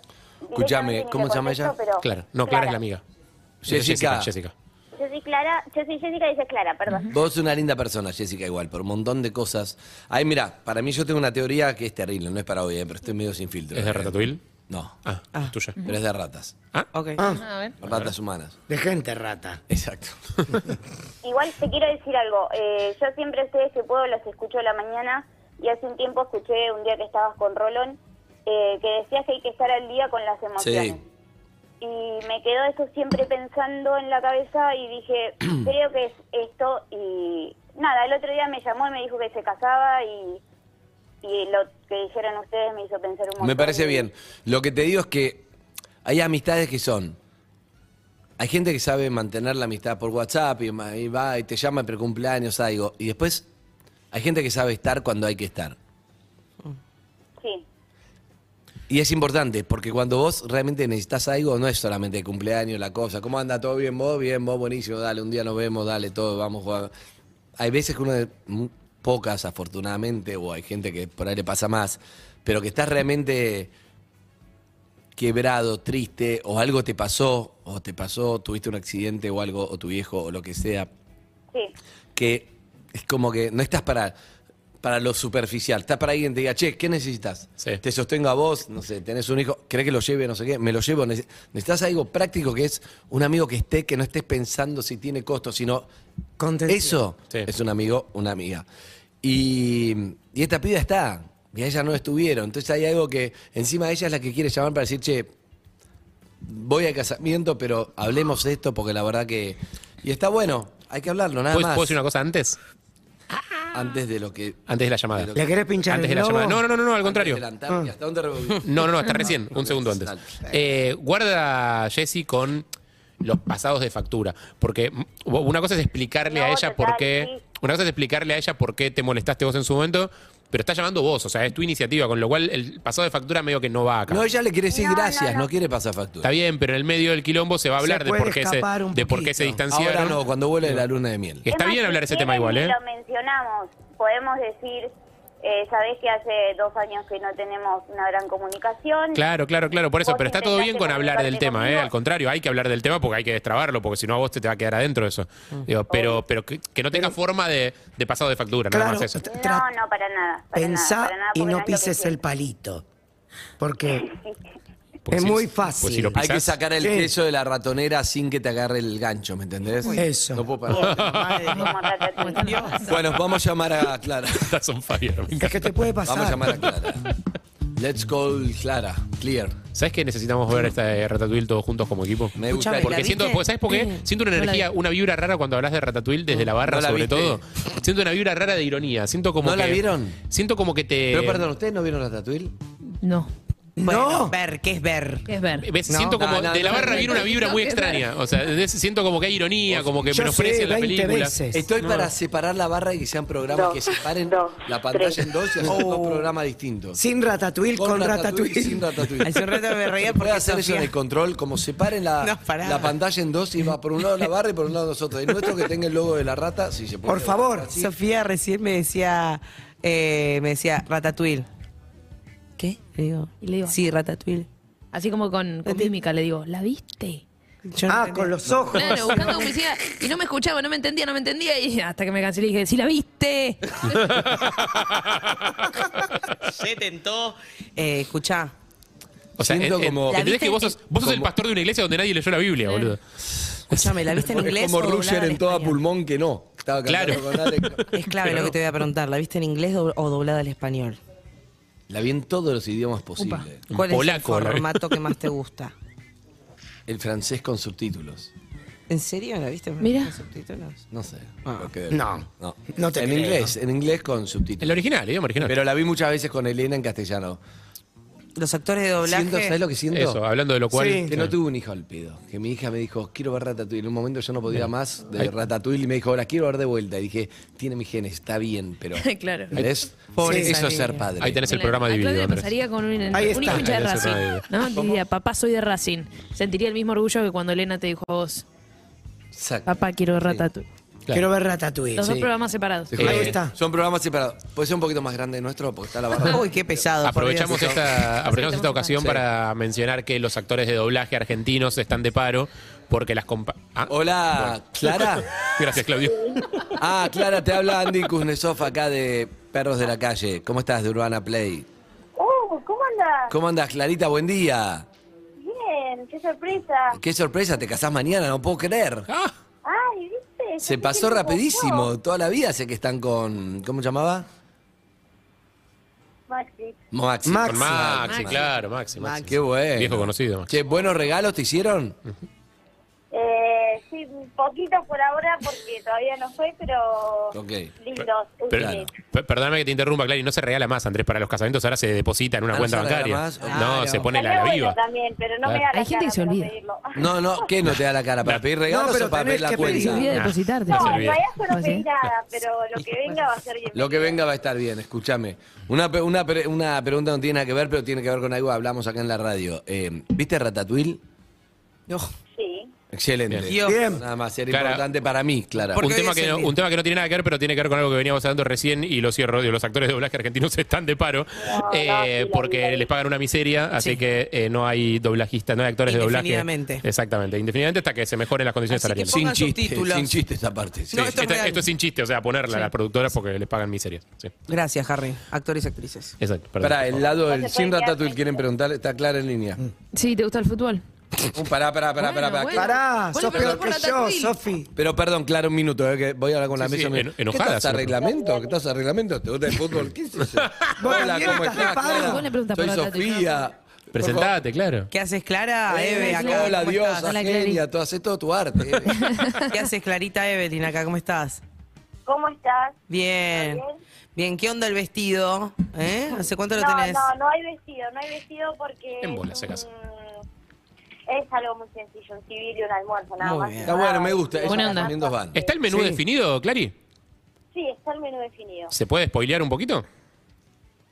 [SPEAKER 5] Escuchame,
[SPEAKER 1] directamente ni
[SPEAKER 5] ¿cómo
[SPEAKER 1] le
[SPEAKER 5] se llama
[SPEAKER 1] contesto,
[SPEAKER 5] ella?
[SPEAKER 1] pero-
[SPEAKER 4] Claro, no, Clara es la amiga.
[SPEAKER 5] Jessica.
[SPEAKER 4] Jessica. Jessica.
[SPEAKER 1] Yo soy Clara, yo soy Jessica y ella es Clara, perdón.
[SPEAKER 5] Vos sos una linda persona, Jessica, igual, por un montón de cosas. Ay, mira, para mí yo tengo una teoría que es terrible, no es para hoy, eh, pero estoy medio sin filtro.
[SPEAKER 4] ¿Es de Ratatouille?
[SPEAKER 5] No,
[SPEAKER 4] Eh, Ah, es tuya.
[SPEAKER 5] pero es de ratas.
[SPEAKER 4] Ah,
[SPEAKER 2] Ok.
[SPEAKER 3] A ver.
[SPEAKER 5] Ratas humanas.
[SPEAKER 6] De gente rata.
[SPEAKER 5] Exacto.
[SPEAKER 1] Igual te quiero decir algo, eh, yo siempre ustedes que puedo los escucho a la mañana y hace un tiempo escuché un día que estabas con Rolón eh, que decías que hay que estar al día con las emociones.
[SPEAKER 5] Sí.
[SPEAKER 1] y me quedó eso siempre pensando en la cabeza y dije, creo que es esto y nada, el otro día me llamó y me dijo que se casaba y, y lo que dijeron ustedes me hizo pensar un montón.
[SPEAKER 5] Me parece
[SPEAKER 1] Y-
[SPEAKER 5] bien. Lo que te digo es que hay amistades que son. Hay gente que sabe mantener la amistad por WhatsApp y, ma- y va y te llama por cumpleaños, algo. Y después hay gente que sabe estar cuando hay que estar.
[SPEAKER 1] Sí,
[SPEAKER 5] Y es importante, porque cuando vos realmente necesitas algo, no es solamente el cumpleaños, la cosa. ¿Cómo anda? ¿Todo bien vos? Bien, vos, buenísimo. Dale, un día nos vemos, dale, todo, vamos a jugar. Hay veces que uno, de- mu- pocas afortunadamente, o hay gente que por ahí le pasa más, pero que estás realmente quebrado, triste, o algo te pasó, o te pasó, tuviste un accidente o algo, o tu viejo, o lo que sea,
[SPEAKER 1] Sí,
[SPEAKER 5] que es como que no estás para, para lo superficial, estás para alguien que te diga, che, ¿qué necesitas?
[SPEAKER 4] Sí.
[SPEAKER 5] Te sostengo a vos, no sé, tenés un hijo, ¿querés que lo lleve, no sé qué? Me lo llevo. Neces- Necesitas algo práctico que es un amigo que esté, que no estés pensando si tiene costo, sino
[SPEAKER 6] Contención.
[SPEAKER 5] eso
[SPEAKER 4] Sí.
[SPEAKER 5] es un amigo, una amiga. Y, y esta piba está, y a ella no estuvieron. Entonces hay algo que encima de ella es la que quiere llamar para decir, che, voy al casamiento, pero hablemos de esto porque la verdad que... Y está bueno, hay que hablarlo, nada
[SPEAKER 4] ¿Puedo,
[SPEAKER 5] más.
[SPEAKER 4] Pues, puedo decir una cosa antes?
[SPEAKER 5] Antes de lo que...
[SPEAKER 4] Antes de la llamada.
[SPEAKER 5] De lo
[SPEAKER 6] ¿Le querés pinchar
[SPEAKER 4] Antes de
[SPEAKER 6] el
[SPEAKER 4] la
[SPEAKER 6] globo?
[SPEAKER 4] llamada. No, no, no, no, al contrario.
[SPEAKER 5] Antes de la Antártida, ¿Hasta dónde rebobinó?
[SPEAKER 4] No, no, no, está recién, un segundo antes.
[SPEAKER 5] Dale.
[SPEAKER 4] Eh, guarda Jessy con los pasados de factura, porque mm, una cosa es explicarle
[SPEAKER 1] No,
[SPEAKER 4] a ella
[SPEAKER 1] total,
[SPEAKER 4] por qué,
[SPEAKER 1] sí.
[SPEAKER 4] una cosa es explicarle a ella por qué te molestaste vos en su momento, pero está llamando vos, o sea, es tu iniciativa, con lo cual el pasado de factura medio que no va acá.
[SPEAKER 5] No, ella le quiere decir
[SPEAKER 1] No, no,
[SPEAKER 5] gracias, no,
[SPEAKER 1] no.
[SPEAKER 5] quiere pasar factura.
[SPEAKER 4] Está bien, pero en el medio del quilombo se va a
[SPEAKER 6] Se
[SPEAKER 4] hablar de
[SPEAKER 6] puede
[SPEAKER 4] por qué se
[SPEAKER 6] escapar un
[SPEAKER 4] de por qué
[SPEAKER 6] poquito.
[SPEAKER 4] se distanciaron.
[SPEAKER 5] Ahora no, cuando vuele la luna de miel.
[SPEAKER 4] Está
[SPEAKER 1] Es más,
[SPEAKER 4] bien
[SPEAKER 1] si
[SPEAKER 4] hablar de ese tema
[SPEAKER 1] quieren,
[SPEAKER 4] igual,
[SPEAKER 1] ni
[SPEAKER 4] ¿eh?
[SPEAKER 1] Lo mencionamos. Podemos decir, eh, sabés que hace dos años que no tenemos una gran comunicación.
[SPEAKER 4] Claro, claro, claro, por eso,
[SPEAKER 1] Vos
[SPEAKER 4] pero está todo bien con
[SPEAKER 1] intentaste
[SPEAKER 4] hablar del
[SPEAKER 1] comunicarte
[SPEAKER 4] tema, ¿eh?
[SPEAKER 1] conmigo.
[SPEAKER 4] Al contrario, hay que hablar del tema porque hay que destrabarlo, porque si no a vos te, te va a quedar adentro eso.
[SPEAKER 6] Mm.
[SPEAKER 4] Digo, pero pero que, que no tenga forma de, de pasado de factura, nada
[SPEAKER 6] Claro,
[SPEAKER 4] más eso.
[SPEAKER 6] t-
[SPEAKER 1] No,
[SPEAKER 6] tra-
[SPEAKER 1] no, para nada. para
[SPEAKER 6] pensá
[SPEAKER 1] nada, para nada,
[SPEAKER 6] y
[SPEAKER 1] porque
[SPEAKER 6] no
[SPEAKER 1] es lo que
[SPEAKER 6] pises el
[SPEAKER 1] quiero.
[SPEAKER 6] palito. Porque
[SPEAKER 4] Porque
[SPEAKER 6] es
[SPEAKER 4] si-
[SPEAKER 6] muy
[SPEAKER 4] porque
[SPEAKER 6] fácil.
[SPEAKER 4] si lo
[SPEAKER 5] Hay que
[SPEAKER 4] pisás-
[SPEAKER 5] sacar el
[SPEAKER 6] Sí.
[SPEAKER 5] queso de la ratonera sin que te agarre el gancho, ¿me entendés?
[SPEAKER 6] Eso.
[SPEAKER 5] No puedo parar.
[SPEAKER 1] Como Ratatouille.
[SPEAKER 5] bueno, vamos a llamar a Clara.
[SPEAKER 4] Estás on fire. me
[SPEAKER 6] es que
[SPEAKER 4] encanta.
[SPEAKER 6] te puede pasar.
[SPEAKER 5] Vamos a llamar a Clara. Let's call Clara. Clear.
[SPEAKER 4] ¿Sabes que necesitamos ver esta de Ratatouille todos juntos como equipo?
[SPEAKER 5] Me gusta.
[SPEAKER 6] Escuchame,
[SPEAKER 4] Porque siento, porque, ¿sabes por qué? Siento una
[SPEAKER 3] no la
[SPEAKER 4] energía, una vibra rara cuando hablas de Ratatouille desde la barra,
[SPEAKER 5] No la
[SPEAKER 4] sobre
[SPEAKER 5] viste.
[SPEAKER 4] todo. Siento una vibra rara de ironía. Siento como
[SPEAKER 5] ¿No
[SPEAKER 4] que.
[SPEAKER 5] la vieron?
[SPEAKER 4] Siento como que te.
[SPEAKER 5] Pero perdón, ¿ustedes no vieron Ratatouille?
[SPEAKER 3] No,
[SPEAKER 2] Bueno,
[SPEAKER 6] No.
[SPEAKER 2] ver, ¿qué es ver?
[SPEAKER 3] ¿qué es ver?
[SPEAKER 4] ¿Ves?
[SPEAKER 6] No,
[SPEAKER 4] siento como
[SPEAKER 5] no, no,
[SPEAKER 4] de la
[SPEAKER 5] no,
[SPEAKER 4] barra
[SPEAKER 5] no,
[SPEAKER 4] viene una vibra
[SPEAKER 3] no,
[SPEAKER 4] muy
[SPEAKER 3] es
[SPEAKER 4] extraña. O sea, ¿entendés? siento como que hay ironía, como que
[SPEAKER 6] Yo
[SPEAKER 4] menosprecian
[SPEAKER 6] sé
[SPEAKER 4] la
[SPEAKER 6] 20
[SPEAKER 4] película.
[SPEAKER 6] veces.
[SPEAKER 5] Estoy para separar la barra y que sean programas
[SPEAKER 1] Dos,
[SPEAKER 5] que separen
[SPEAKER 1] dos,
[SPEAKER 5] la pantalla
[SPEAKER 1] tres.
[SPEAKER 5] en dos y hacer
[SPEAKER 6] Oh.
[SPEAKER 5] dos programas distintos.
[SPEAKER 6] Sin ratatouille, con, ratatouille.
[SPEAKER 5] y sin ratatouille.
[SPEAKER 2] Hace un rato me reía
[SPEAKER 5] Puede
[SPEAKER 2] porque
[SPEAKER 5] hacer eso en
[SPEAKER 2] Sofía-
[SPEAKER 5] el control, como separen la,
[SPEAKER 2] No, pará.
[SPEAKER 5] la pantalla en dos y va por un lado la barra y por un lado nosotros. El nuestro que tenga el logo de la rata, si se puede.
[SPEAKER 6] Por favor. ah,
[SPEAKER 5] Así.
[SPEAKER 2] Sofía recién me decía, eh, me decía, Ratatouille. ¿Qué? Le digo,
[SPEAKER 3] Y le digo,
[SPEAKER 2] sí, Ratatouille.
[SPEAKER 3] Así como con, con mímica le digo, ¿la viste?
[SPEAKER 2] Yo no
[SPEAKER 6] Ah,
[SPEAKER 2] entendía.
[SPEAKER 6] con los ojos.
[SPEAKER 3] Claro, buscando publicidad. Y no me escuchaba, no me entendía, no me entendía. Y hasta que me cancelé y dije, ¿sí la viste?
[SPEAKER 2] Se tentó. Eh, escuchá,
[SPEAKER 4] O sea,
[SPEAKER 5] Siento
[SPEAKER 4] en- en-
[SPEAKER 5] como-
[SPEAKER 2] La
[SPEAKER 4] ¿entendés
[SPEAKER 2] viste
[SPEAKER 4] que vos sos, vos sos el
[SPEAKER 5] como-
[SPEAKER 4] pastor de una iglesia donde nadie leyó la Biblia, boludo?
[SPEAKER 2] escuchame, ¿la viste en inglés?
[SPEAKER 5] Es como
[SPEAKER 2] o doblada
[SPEAKER 5] Rusher en toda
[SPEAKER 2] español?
[SPEAKER 5] pulmón que no. Estaba cantando
[SPEAKER 4] Claro.
[SPEAKER 5] con Alex.
[SPEAKER 2] Es clave lo que te voy a preguntar. ¿La viste en inglés do- o doblada al español?
[SPEAKER 5] La vi en todos los idiomas posibles.
[SPEAKER 4] En
[SPEAKER 2] ¿Cuál
[SPEAKER 4] polaco,
[SPEAKER 2] es el
[SPEAKER 4] la vi.
[SPEAKER 2] formato que más te gusta?
[SPEAKER 5] El francés con subtítulos.
[SPEAKER 2] ¿En serio la viste con
[SPEAKER 3] Mira.
[SPEAKER 2] subtítulos?
[SPEAKER 5] No sé.
[SPEAKER 6] Ah,
[SPEAKER 5] lo que-
[SPEAKER 6] no.
[SPEAKER 5] no.
[SPEAKER 6] No te
[SPEAKER 5] en
[SPEAKER 6] creo.
[SPEAKER 5] inglés, en inglés con
[SPEAKER 4] El
[SPEAKER 5] subtítulos.
[SPEAKER 4] original, el idioma original.
[SPEAKER 5] Pero la vi muchas veces con Elena en castellano.
[SPEAKER 2] Los actores de
[SPEAKER 5] Siento,
[SPEAKER 2] doblaje.
[SPEAKER 5] ¿Sabes lo que siento?
[SPEAKER 4] Eso, hablando de lo cual.
[SPEAKER 5] Que no tuve un hijo al pedo. Que mi hija me dijo, quiero ver Ratatouille. En un momento yo no podía más de
[SPEAKER 4] Ahí-
[SPEAKER 5] Ratatouille y me dijo, ahora quiero ver de vuelta. Y dije, tiene mis genes, está bien, pero.
[SPEAKER 3] Claro.
[SPEAKER 5] ¿Ves?
[SPEAKER 2] Pobre
[SPEAKER 5] Sí,
[SPEAKER 2] esa
[SPEAKER 5] eso es ser
[SPEAKER 2] niña.
[SPEAKER 5] padre.
[SPEAKER 4] Ahí tenés el
[SPEAKER 3] Claro,
[SPEAKER 4] programa
[SPEAKER 3] a
[SPEAKER 4] dividido.
[SPEAKER 3] Claudia le
[SPEAKER 4] Andrés.
[SPEAKER 3] pasaría con un,
[SPEAKER 6] Ahí
[SPEAKER 3] un
[SPEAKER 6] está.
[SPEAKER 3] hincha de
[SPEAKER 4] Ahí está,
[SPEAKER 3] Racing.
[SPEAKER 4] ahí.
[SPEAKER 3] ¿no? Diría, papá, soy de Racing. Sentiría el mismo orgullo que cuando Elena te dijo a vos,
[SPEAKER 5] Exacto.
[SPEAKER 3] papá, quiero Ratatouille.
[SPEAKER 6] Quiero ver ratatouille.
[SPEAKER 3] Los dos programas separados.
[SPEAKER 5] Sí,
[SPEAKER 4] Eh,
[SPEAKER 5] ahí
[SPEAKER 6] está.
[SPEAKER 5] Son programas separados. Puede ser un poquito más grande nuestro porque está la barra.
[SPEAKER 2] Uy, qué pesado. por
[SPEAKER 4] Aprovechamos
[SPEAKER 2] Dios.
[SPEAKER 4] esta, aprovechamos esta
[SPEAKER 3] Aceptamos
[SPEAKER 4] ocasión
[SPEAKER 5] Sí.
[SPEAKER 4] para mencionar que los actores de doblaje argentinos están de paro porque las compa- Ah,
[SPEAKER 5] Hola, Clara.
[SPEAKER 4] Gracias, Claudio.
[SPEAKER 5] Ah, Clara, te habla Andy Kuznetsov acá de Perros de la Calle. ¿Cómo estás de Urbana Play?
[SPEAKER 1] Oh, ¿cómo andas?
[SPEAKER 5] ¿Cómo andas, Clarita? Buen día.
[SPEAKER 1] Bien, qué sorpresa.
[SPEAKER 5] Qué sorpresa, te casás mañana, no puedo creer.
[SPEAKER 4] Ah,
[SPEAKER 1] Ay, ¿viste?
[SPEAKER 5] Se
[SPEAKER 1] Yo
[SPEAKER 5] pasó
[SPEAKER 1] pensé que me
[SPEAKER 5] rapidísimo,
[SPEAKER 1] pasó.
[SPEAKER 5] toda la vida sé que están con... ¿Cómo llamaba?
[SPEAKER 1] Maxi.
[SPEAKER 5] Maxi. Ah,
[SPEAKER 6] Maxi.
[SPEAKER 4] con Maxi, claro, Maxi. Maxi.
[SPEAKER 5] Qué bueno.
[SPEAKER 4] Viejo conocido, Maxi.
[SPEAKER 5] Che, ¿buenos regalos te hicieron?
[SPEAKER 1] Eh, sí, un poquito por ahora porque todavía no fue, pero
[SPEAKER 5] Ok.
[SPEAKER 1] lindos.
[SPEAKER 4] Pero-
[SPEAKER 1] útiles.
[SPEAKER 4] pe- Perdóname que te interrumpa, Clary, no se regala más, Andrés, para los casamientos ahora se deposita en una
[SPEAKER 5] Ah, ¿no
[SPEAKER 4] cuenta
[SPEAKER 5] se regala
[SPEAKER 4] bancaria.
[SPEAKER 5] más?
[SPEAKER 4] No,
[SPEAKER 5] Claro.
[SPEAKER 4] se pone la,
[SPEAKER 1] Estaría
[SPEAKER 4] la
[SPEAKER 1] bueno
[SPEAKER 4] viva.
[SPEAKER 1] también, pero no me da
[SPEAKER 4] Claro.
[SPEAKER 1] la
[SPEAKER 3] Hay gente
[SPEAKER 1] cara
[SPEAKER 3] que se
[SPEAKER 1] para
[SPEAKER 3] olvida.
[SPEAKER 1] pedirlo.
[SPEAKER 5] No, no, ¿qué no te da la cara? ¿Para pedir regalos
[SPEAKER 6] No, pero
[SPEAKER 5] o para pedir
[SPEAKER 6] tenés
[SPEAKER 5] la
[SPEAKER 6] que pedir.
[SPEAKER 3] Se
[SPEAKER 5] cuenta?
[SPEAKER 3] olvida de
[SPEAKER 4] Nah,
[SPEAKER 3] depositarte.
[SPEAKER 4] no
[SPEAKER 1] No,
[SPEAKER 4] Ah, se
[SPEAKER 1] en
[SPEAKER 4] olvida.
[SPEAKER 1] realidad yo no
[SPEAKER 3] Así.
[SPEAKER 1] pedí nada, pero lo que venga va a ser bien.
[SPEAKER 5] Lo que venga va a estar bien, escúchame. Una, pe- una, pre- una pregunta no tiene nada que ver, pero tiene que ver con algo que hablamos acá en la radio. Eh, ¿Viste Ratatouille?
[SPEAKER 1] Sí.
[SPEAKER 5] Excelente.
[SPEAKER 2] Bien. Bien.
[SPEAKER 5] Nada más, era
[SPEAKER 4] Clara.
[SPEAKER 5] importante para mí, Clara.
[SPEAKER 2] Porque
[SPEAKER 4] un,
[SPEAKER 2] hoy
[SPEAKER 4] tema
[SPEAKER 2] es
[SPEAKER 4] que
[SPEAKER 2] el
[SPEAKER 4] no,
[SPEAKER 2] día.
[SPEAKER 4] un tema que no tiene nada que ver, pero tiene que ver con algo que veníamos hablando recién y lo cierro. digo, los actores de doblaje argentinos están de paro
[SPEAKER 1] no,
[SPEAKER 4] eh,
[SPEAKER 1] sí, la
[SPEAKER 4] porque
[SPEAKER 1] vida.
[SPEAKER 4] les pagan una miseria, así
[SPEAKER 2] Sí.
[SPEAKER 4] que eh, no hay doblajistas, no hay actores de doblaje.
[SPEAKER 2] Indefinidamente.
[SPEAKER 4] Exactamente, indefinidamente hasta que se mejoren las condiciones
[SPEAKER 2] Así que
[SPEAKER 4] salariales.
[SPEAKER 2] pongan
[SPEAKER 5] Sin chiste,
[SPEAKER 2] subtítulos.
[SPEAKER 5] sin chiste esta parte. sí.
[SPEAKER 2] No,
[SPEAKER 4] Sí,
[SPEAKER 2] esto es
[SPEAKER 4] esto,
[SPEAKER 2] real.
[SPEAKER 4] esto es sin chiste, o sea, ponerla a las productoras porque les pagan miseria. Sí,
[SPEAKER 2] Gracias, Harry. Actores y actrices.
[SPEAKER 4] exacto. perdón.
[SPEAKER 5] Pará, el lado
[SPEAKER 1] No
[SPEAKER 5] del
[SPEAKER 1] se puede
[SPEAKER 5] sin
[SPEAKER 1] quedar
[SPEAKER 5] ratatouille
[SPEAKER 1] sin-
[SPEAKER 5] quieren preguntar, está Clara en línea.
[SPEAKER 3] Sí, ¿te gusta el fútbol?
[SPEAKER 5] Un Uh, pará, pará, pará, pará, pará.
[SPEAKER 3] Bueno, bueno.
[SPEAKER 6] Pará,
[SPEAKER 3] Bueno, pero
[SPEAKER 6] sos peor
[SPEAKER 3] por
[SPEAKER 6] que
[SPEAKER 3] la
[SPEAKER 6] yo,
[SPEAKER 3] Tatuil.
[SPEAKER 6] Sofi.
[SPEAKER 5] Pero perdón, claro, un minuto, eh, que voy a hablar con la
[SPEAKER 4] Sí,
[SPEAKER 5] mesa.
[SPEAKER 4] sí,
[SPEAKER 5] Me-
[SPEAKER 4] en- enojada,
[SPEAKER 5] ¿Qué estás,
[SPEAKER 4] sí.
[SPEAKER 5] a reglamento? ¿Qué estás a reglamento? ¿Te gusta el fútbol? ¿Qué es eso? Hola,
[SPEAKER 6] también
[SPEAKER 5] ¿cómo
[SPEAKER 6] estás de
[SPEAKER 5] estás?
[SPEAKER 6] palo.
[SPEAKER 5] Clara?
[SPEAKER 3] Vos le preguntás
[SPEAKER 5] Soy
[SPEAKER 3] por la tatuilla.
[SPEAKER 5] Sofía.
[SPEAKER 4] Presentate, claro.
[SPEAKER 2] ¿Qué haces, Clara? Eve,
[SPEAKER 5] Eve,
[SPEAKER 2] acá.
[SPEAKER 5] hola,
[SPEAKER 2] ¿cómo
[SPEAKER 5] diosa,
[SPEAKER 2] estás?
[SPEAKER 3] Hola,
[SPEAKER 5] genia,
[SPEAKER 3] Clarín.
[SPEAKER 5] tú haces todo tu arte. Eve.
[SPEAKER 2] ¿Qué haces, Clarita Evelyn? Acá, ¿cómo estás?
[SPEAKER 1] ¿Cómo estás?
[SPEAKER 2] Bien.
[SPEAKER 1] ¿Todo bien?
[SPEAKER 2] Bien, ¿qué onda el vestido? ¿Eh? ¿Hace cuánto lo
[SPEAKER 1] no,
[SPEAKER 2] tenés?
[SPEAKER 1] no, no hay vestido, no hay vestido porque...
[SPEAKER 4] En bola, si
[SPEAKER 1] mm,
[SPEAKER 4] acaso.
[SPEAKER 1] Es algo muy sencillo, un civil y un almuerzo, nada
[SPEAKER 2] Muy
[SPEAKER 1] más.
[SPEAKER 2] bien.
[SPEAKER 5] Está bueno, me gusta.
[SPEAKER 3] Buena
[SPEAKER 5] ellos
[SPEAKER 3] onda.
[SPEAKER 5] también dos van.
[SPEAKER 4] ¿Está el menú definido, Clary?
[SPEAKER 1] Sí, está el menú definido.
[SPEAKER 4] ¿Se puede spoilear un poquito?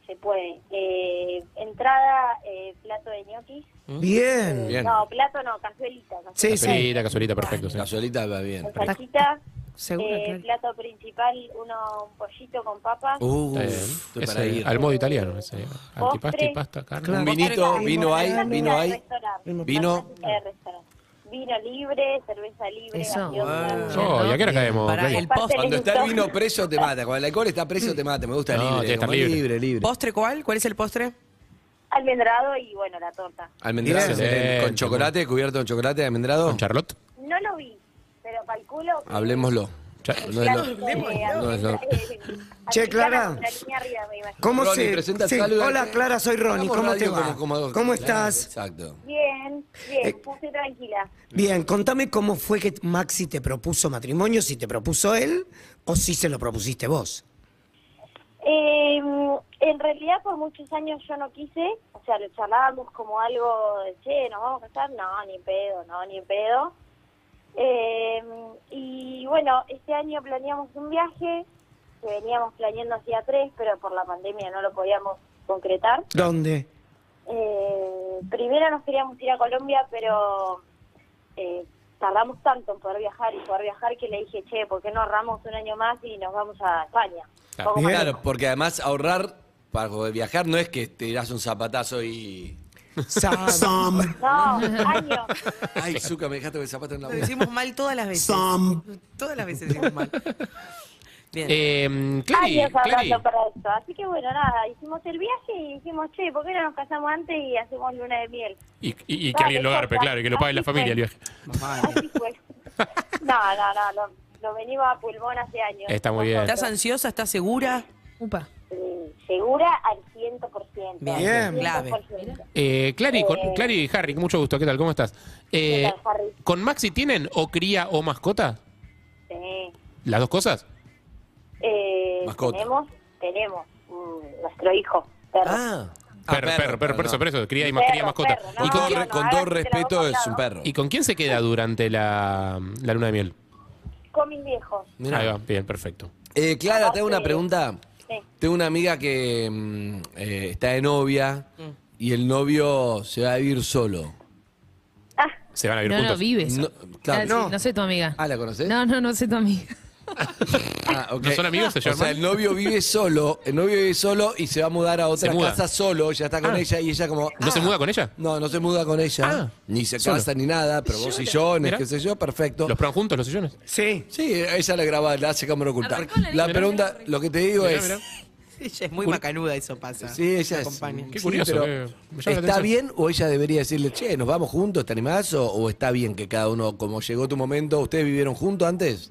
[SPEAKER 1] Se puede. Eh, entrada, eh, plato de ñoquis.
[SPEAKER 5] ¿Mm?
[SPEAKER 6] Bien.
[SPEAKER 5] Bien.
[SPEAKER 1] No, plato no, cazuelita.
[SPEAKER 6] Sí, sí.
[SPEAKER 4] Cazuelita, cazuelita, perfecto. sí.
[SPEAKER 5] Casualita va bien.
[SPEAKER 1] Con salsita.
[SPEAKER 3] Seguro,
[SPEAKER 1] Eh,
[SPEAKER 3] claro.
[SPEAKER 1] plato principal, uno, un pollito con papa.
[SPEAKER 5] Uh,
[SPEAKER 4] Está bien.
[SPEAKER 5] estoy
[SPEAKER 4] Es,
[SPEAKER 5] para
[SPEAKER 4] eh,
[SPEAKER 5] ir.
[SPEAKER 4] al modo italiano. es, eh, antipasti,
[SPEAKER 1] Postre.
[SPEAKER 4] pasta, carne.
[SPEAKER 5] Un
[SPEAKER 6] Claro.
[SPEAKER 5] vinito,
[SPEAKER 1] Postre,
[SPEAKER 5] vino
[SPEAKER 1] postre,
[SPEAKER 5] ahí,
[SPEAKER 1] postre,
[SPEAKER 5] vino
[SPEAKER 1] postre,
[SPEAKER 5] ahí.
[SPEAKER 1] restaurante.
[SPEAKER 5] Vino.
[SPEAKER 1] Eh, restaurante. Vino libre, cerveza libre.
[SPEAKER 3] Eso.
[SPEAKER 1] gaseosa.
[SPEAKER 2] Bueno.
[SPEAKER 4] Oh, ¿y a qué hora caemos?
[SPEAKER 2] Pará,
[SPEAKER 4] Clary?
[SPEAKER 2] el
[SPEAKER 1] Aparte
[SPEAKER 2] postre.
[SPEAKER 1] les
[SPEAKER 5] Cuando está
[SPEAKER 1] gustó.
[SPEAKER 5] Ah. el vino preso te mata. Cuando el alcohol está preso te mata. Me gusta
[SPEAKER 4] No, tiene que
[SPEAKER 5] libre.
[SPEAKER 4] estar
[SPEAKER 5] como
[SPEAKER 4] libre.
[SPEAKER 5] libre, libre.
[SPEAKER 2] ¿Postre cuál? ¿Cuál es el postre?
[SPEAKER 1] Almendrado y bueno, la torta.
[SPEAKER 5] Almendrado.
[SPEAKER 6] Bien.
[SPEAKER 5] excelente. ¿Con chocolate? ¿Cubierto con chocolate de almendrado?
[SPEAKER 4] ¿Con Charlotte?
[SPEAKER 1] No lo vi, pero calculo. que-
[SPEAKER 5] Hablemoslo.
[SPEAKER 4] Cha-
[SPEAKER 5] No es lo- eh, no es lo-
[SPEAKER 6] Che, Clara.
[SPEAKER 1] Una línea arriba, me imagino.
[SPEAKER 6] ¿Cómo
[SPEAKER 5] Ronnie,
[SPEAKER 6] se.?
[SPEAKER 5] presenta,
[SPEAKER 6] sí,
[SPEAKER 5] saluda.
[SPEAKER 6] Hola, Clara, soy Ronnie.
[SPEAKER 5] Hagamos
[SPEAKER 6] ¿Cómo te
[SPEAKER 5] radio
[SPEAKER 6] va?
[SPEAKER 5] como- como- Claro,
[SPEAKER 6] ¿Cómo estás?
[SPEAKER 5] Exacto.
[SPEAKER 1] Bien,
[SPEAKER 5] Eh,
[SPEAKER 1] bien, puse tranquila.
[SPEAKER 6] Bien, contame cómo fue que Maxi te propuso matrimonio, si te propuso él o si se lo propusiste vos.
[SPEAKER 1] Eh, en realidad por muchos años yo no quise, o sea, lo charlábamos como algo de, che, nos vamos a casar, no, ni en pedo, no, ni en pedo. Eh, y bueno, este año planeamos un viaje que veníamos planeando hacía tres, pero por la pandemia no lo podíamos concretar.
[SPEAKER 6] ¿Dónde?
[SPEAKER 1] Eh, primero nos queríamos ir a Colombia, pero eh, tardamos tanto en poder viajar y poder viajar que le dije, che, ¿por qué no ahorramos un año más y nos vamos a España?
[SPEAKER 4] Claro.
[SPEAKER 1] Poco más
[SPEAKER 5] Claro, porque además ahorrar para poder viajar no es que te das un zapatazo y.
[SPEAKER 6] Sam. Sam.
[SPEAKER 1] No, años.
[SPEAKER 5] Ay, Zuka, me dejaste con el zapato en la
[SPEAKER 2] Lo
[SPEAKER 5] boca.
[SPEAKER 2] decimos mal todas las veces.
[SPEAKER 6] Sam.
[SPEAKER 2] Todas las veces decimos mal. Bien.
[SPEAKER 5] Em,
[SPEAKER 4] Eh, Clary,
[SPEAKER 1] años
[SPEAKER 4] Clary,
[SPEAKER 1] hablando para esto. Así que bueno, nada, hicimos el viaje y dijimos, che, ¿por qué no nos casamos antes y hacemos luna de miel?
[SPEAKER 4] Y, y- y que alguien lo
[SPEAKER 1] Dale,
[SPEAKER 4] garpe,
[SPEAKER 1] corta.
[SPEAKER 4] claro, y que lo pague la
[SPEAKER 1] Así
[SPEAKER 4] familia el
[SPEAKER 1] fue.
[SPEAKER 4] viaje.
[SPEAKER 1] Así fue. No, no, no, lo, lo venimos a pulmón hace años.
[SPEAKER 4] Está muy bien.
[SPEAKER 2] ¿Estás ansiosa? ¿Estás segura?
[SPEAKER 3] Upa.
[SPEAKER 1] Eh, Segura al 100%.
[SPEAKER 2] Bien, clave.
[SPEAKER 4] Eh, Clary, con- Clary, Harry, con mucho gusto, ¿qué tal? ¿Cómo estás? Eh,
[SPEAKER 1] ¿Qué tal, Harry?
[SPEAKER 4] ¿Con Maxi tienen o cría o mascota?
[SPEAKER 1] Sí.
[SPEAKER 4] ¿Las dos cosas?
[SPEAKER 1] Eh,
[SPEAKER 5] Mascota.
[SPEAKER 1] tenemos, tenemos mm, nuestro hijo, perro.
[SPEAKER 5] Ah. Ah,
[SPEAKER 4] Perro, perro, perro, por eso,
[SPEAKER 5] no.
[SPEAKER 4] por eso, cría y
[SPEAKER 1] Perro,
[SPEAKER 4] cría y mascota.
[SPEAKER 1] perro,
[SPEAKER 5] Con
[SPEAKER 4] ¿Y,
[SPEAKER 1] no,
[SPEAKER 4] con
[SPEAKER 5] todo,
[SPEAKER 4] quién,
[SPEAKER 5] re-
[SPEAKER 1] no,
[SPEAKER 5] con
[SPEAKER 1] ahora
[SPEAKER 5] todo
[SPEAKER 1] se la
[SPEAKER 5] respeto,
[SPEAKER 1] vamos
[SPEAKER 5] es un
[SPEAKER 1] a
[SPEAKER 5] perro.
[SPEAKER 4] y con quién se queda durante la, la luna de miel?
[SPEAKER 1] Con mis viejos.
[SPEAKER 5] Mirá.
[SPEAKER 4] Ahí va, bien, perfecto.
[SPEAKER 5] Eh, Clara, te hago una pregunta.
[SPEAKER 1] Sí.
[SPEAKER 5] Tengo una amiga que mm, eh, está de novia
[SPEAKER 4] Mm.
[SPEAKER 5] y el novio se va a vivir solo.
[SPEAKER 1] Ah,
[SPEAKER 4] Se van a vivir
[SPEAKER 3] No, no,
[SPEAKER 4] juntos.
[SPEAKER 3] vives.
[SPEAKER 5] No,
[SPEAKER 3] No,
[SPEAKER 5] claro,
[SPEAKER 6] no.
[SPEAKER 3] no. sé tu amiga.
[SPEAKER 5] Ah, ¿la conoces?
[SPEAKER 3] No, no, no sé tu amiga.
[SPEAKER 5] Ah, ok.
[SPEAKER 4] ¿No son amigos? ¿Se
[SPEAKER 5] O sea,
[SPEAKER 4] llaman?
[SPEAKER 5] el novio vive solo, el novio vive solo y se va a mudar a otra
[SPEAKER 4] Se muda. Ah.
[SPEAKER 5] casa solo, ya está con ella y ella como...
[SPEAKER 4] ¿No se
[SPEAKER 5] ah.
[SPEAKER 4] muda con ella?
[SPEAKER 5] No, no se muda con ella,
[SPEAKER 4] Ah.
[SPEAKER 5] ni se
[SPEAKER 4] Solo.
[SPEAKER 5] casa ni nada, pero vos sillones,
[SPEAKER 4] Mirá.
[SPEAKER 5] qué sé yo, perfecto.
[SPEAKER 4] ¿Los prueban juntos, los sillones?
[SPEAKER 6] Sí.
[SPEAKER 5] Sí, ella la graba, la hace cámara oculta.
[SPEAKER 3] Arrancó la
[SPEAKER 5] La
[SPEAKER 3] lista.
[SPEAKER 5] pregunta, lo que te digo
[SPEAKER 4] Mirá,
[SPEAKER 5] es...
[SPEAKER 4] mirá.
[SPEAKER 2] Ella es muy macanuda, eso pasa.
[SPEAKER 5] Sí, ella es.
[SPEAKER 2] acompaña.
[SPEAKER 5] sí,
[SPEAKER 4] Qué curioso,
[SPEAKER 5] pero
[SPEAKER 4] eh, me llama la
[SPEAKER 5] ¿Está
[SPEAKER 4] atención.
[SPEAKER 5] bien o ella debería decirle, che, nos vamos juntos, te animás? O, o está bien que cada uno, como llegó tu momento, ustedes vivieron juntos antes?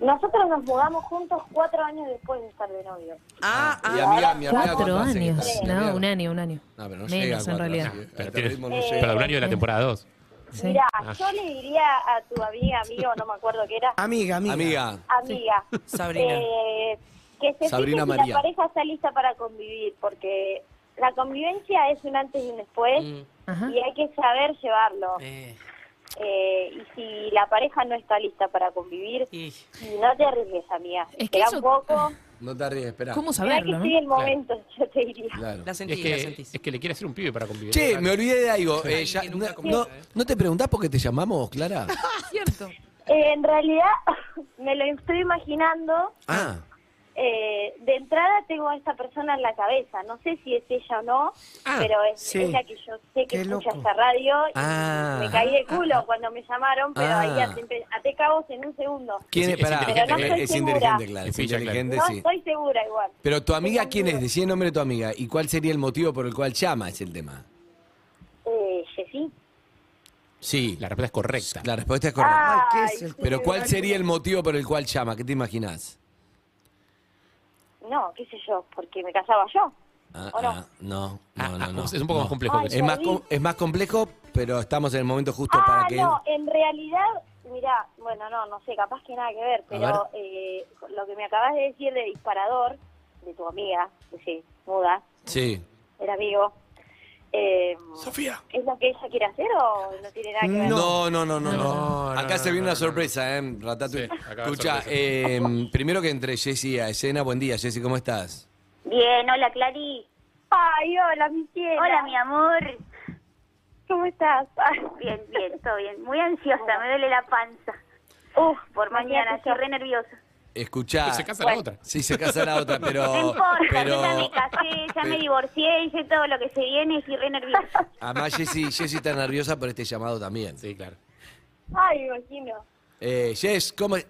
[SPEAKER 1] nosotros nos mudamos juntos cuatro años después de estar de novio.
[SPEAKER 2] Ah,
[SPEAKER 5] Y
[SPEAKER 2] ah,
[SPEAKER 5] a mí, a mi amiga,
[SPEAKER 3] Cuatro
[SPEAKER 5] ¿cuánto hace que
[SPEAKER 3] años.
[SPEAKER 5] está?
[SPEAKER 3] No,
[SPEAKER 5] Mierda.
[SPEAKER 3] un año, un año.
[SPEAKER 5] No, pero no
[SPEAKER 3] Menos,
[SPEAKER 5] llega a
[SPEAKER 3] en
[SPEAKER 5] cuatro,
[SPEAKER 3] realidad.
[SPEAKER 5] así que a
[SPEAKER 4] Pero
[SPEAKER 5] este
[SPEAKER 4] tiene-
[SPEAKER 5] ritmo no
[SPEAKER 1] Eh,
[SPEAKER 5] llega.
[SPEAKER 4] Perdón, un año de la temporada 2.
[SPEAKER 3] Sí.
[SPEAKER 1] Mira,
[SPEAKER 5] Ah.
[SPEAKER 1] yo le diría a tu amiga, amigo, no me acuerdo qué era,
[SPEAKER 6] Amiga, amiga.
[SPEAKER 5] Amiga,
[SPEAKER 1] amiga,
[SPEAKER 2] Sabrina.
[SPEAKER 1] eh, que se
[SPEAKER 5] Sabrina
[SPEAKER 1] fije si
[SPEAKER 5] María.
[SPEAKER 1] la pareja está lista para convivir, porque la convivencia es un antes y un después
[SPEAKER 3] Ajá.
[SPEAKER 1] y hay que saber llevarlo.
[SPEAKER 2] eh,
[SPEAKER 1] Eh, y si la pareja no está lista para convivir,
[SPEAKER 2] y-
[SPEAKER 1] y no te arriesgues, amiga.
[SPEAKER 3] Es que
[SPEAKER 1] Espera
[SPEAKER 3] eso-
[SPEAKER 1] un poco,
[SPEAKER 5] No te arriesgues, esperá.
[SPEAKER 3] ¿Cómo
[SPEAKER 7] Mirá que
[SPEAKER 3] saberlo, no?
[SPEAKER 7] estoy en el momento, yo te diría.
[SPEAKER 5] Claro.
[SPEAKER 2] La
[SPEAKER 4] Es
[SPEAKER 2] sentís, la
[SPEAKER 4] que,
[SPEAKER 2] sentís.
[SPEAKER 4] es que le quiere hacer un pibe para convivir.
[SPEAKER 5] Che, me olvidé de algo. eh,
[SPEAKER 2] Ay,
[SPEAKER 5] ya-
[SPEAKER 2] que
[SPEAKER 5] no,
[SPEAKER 2] nunca comienza,
[SPEAKER 5] no-
[SPEAKER 2] eh.
[SPEAKER 5] ¿no te preguntás por qué te llamamos, Clara?
[SPEAKER 3] Cierto.
[SPEAKER 7] Eh, en realidad, me lo estoy imaginando.
[SPEAKER 5] Ah,
[SPEAKER 7] Eh, de entrada tengo a esta persona en la cabeza. No sé si es ella o no,
[SPEAKER 5] Ah,
[SPEAKER 7] pero es
[SPEAKER 6] sí.
[SPEAKER 7] ella que yo sé que
[SPEAKER 6] Qué
[SPEAKER 7] escucha
[SPEAKER 6] loco.
[SPEAKER 7] esta radio. y
[SPEAKER 5] Ah.
[SPEAKER 7] me caí de culo cuando me llamaron, pero
[SPEAKER 5] Ah.
[SPEAKER 7] ahí até, até cabos en un segundo.
[SPEAKER 5] ¿quién
[SPEAKER 4] Es-
[SPEAKER 5] es?
[SPEAKER 4] es
[SPEAKER 5] Pará,
[SPEAKER 4] inteligente,
[SPEAKER 7] Pero no
[SPEAKER 5] es,
[SPEAKER 7] soy
[SPEAKER 5] inteligente,
[SPEAKER 7] segura.
[SPEAKER 5] Clara. Es
[SPEAKER 4] Sí, ya, claro.
[SPEAKER 5] inteligente,
[SPEAKER 7] No
[SPEAKER 5] sí.
[SPEAKER 7] estoy segura igual.
[SPEAKER 5] Pero tu amiga,
[SPEAKER 7] Tengo
[SPEAKER 5] ¿quién es?
[SPEAKER 7] dudas.
[SPEAKER 5] Decí el nombre de tu amiga. ¿Y cuál sería el motivo por el cual llama? Es el tema.
[SPEAKER 7] Eh, Jessy.
[SPEAKER 5] Sí,
[SPEAKER 4] La respuesta es correcta.
[SPEAKER 5] la respuesta es correcta.
[SPEAKER 6] Ay, ¿qué
[SPEAKER 7] Ay,
[SPEAKER 6] es el-
[SPEAKER 7] Ah, sí,
[SPEAKER 5] Pero ¿cuál sería el motivo por el cual llama? ¿Qué te imaginas?
[SPEAKER 7] No, qué sé yo, porque me casaba yo.
[SPEAKER 5] Ah,
[SPEAKER 7] ¿O no?
[SPEAKER 5] ah, no,
[SPEAKER 4] Ah,
[SPEAKER 5] no,
[SPEAKER 4] ah,
[SPEAKER 5] no, no.
[SPEAKER 4] es un poco más
[SPEAKER 5] No.
[SPEAKER 4] complejo que
[SPEAKER 7] Ay,
[SPEAKER 4] eso.
[SPEAKER 5] Es más,
[SPEAKER 7] Perdí.
[SPEAKER 5] com- es más complejo, pero estamos en el momento justo
[SPEAKER 7] Ah,
[SPEAKER 5] para que...
[SPEAKER 7] no, en realidad, mirá, bueno, no, no sé, capaz que nada que ver, pero
[SPEAKER 5] ver.
[SPEAKER 7] eh, lo que me acabas de decir de disparador, de tu amiga, que sí, muda,
[SPEAKER 5] Sí.
[SPEAKER 7] el amigo, eh,
[SPEAKER 5] Sofía.
[SPEAKER 7] ¿es lo que ella quiere hacer o no tiene nada que ver?
[SPEAKER 5] No, no, no, no.
[SPEAKER 4] No,
[SPEAKER 5] no.
[SPEAKER 4] no,
[SPEAKER 5] Acá
[SPEAKER 4] no,
[SPEAKER 5] se viene
[SPEAKER 4] no,
[SPEAKER 5] una
[SPEAKER 4] no,
[SPEAKER 5] sorpresa, ¿eh? Ratatouille.
[SPEAKER 4] Sí, acá va
[SPEAKER 5] Escucha,
[SPEAKER 4] sorpresa.
[SPEAKER 5] eh, primero que entre Jessy a escena. Buen día, Jessy, ¿cómo estás?
[SPEAKER 7] Bien, hola Clary. Ay, hola mi cielo.
[SPEAKER 1] Hola, mi amor.
[SPEAKER 7] ¿Cómo estás? Ay,
[SPEAKER 1] Bien, bien, todo bien. Muy ansiosa, me duele la panza.
[SPEAKER 7] Uf,
[SPEAKER 1] Por mañana, estoy
[SPEAKER 7] estoy
[SPEAKER 1] re nerviosa.
[SPEAKER 5] Escuchá.
[SPEAKER 4] Pero se casa la otra.
[SPEAKER 5] Sí, se casa la otra, pero...
[SPEAKER 1] No importa,
[SPEAKER 5] pero...
[SPEAKER 1] yo ya me casé, ya me
[SPEAKER 5] pero-
[SPEAKER 1] divorcié, hice todo lo que se viene, estoy re nerviosa.
[SPEAKER 5] Además, Jessy, Jessy está nerviosa por este llamado también.
[SPEAKER 4] Sí, claro.
[SPEAKER 7] Ay, me imagino.
[SPEAKER 5] Eh, Jess, ¿cómo es?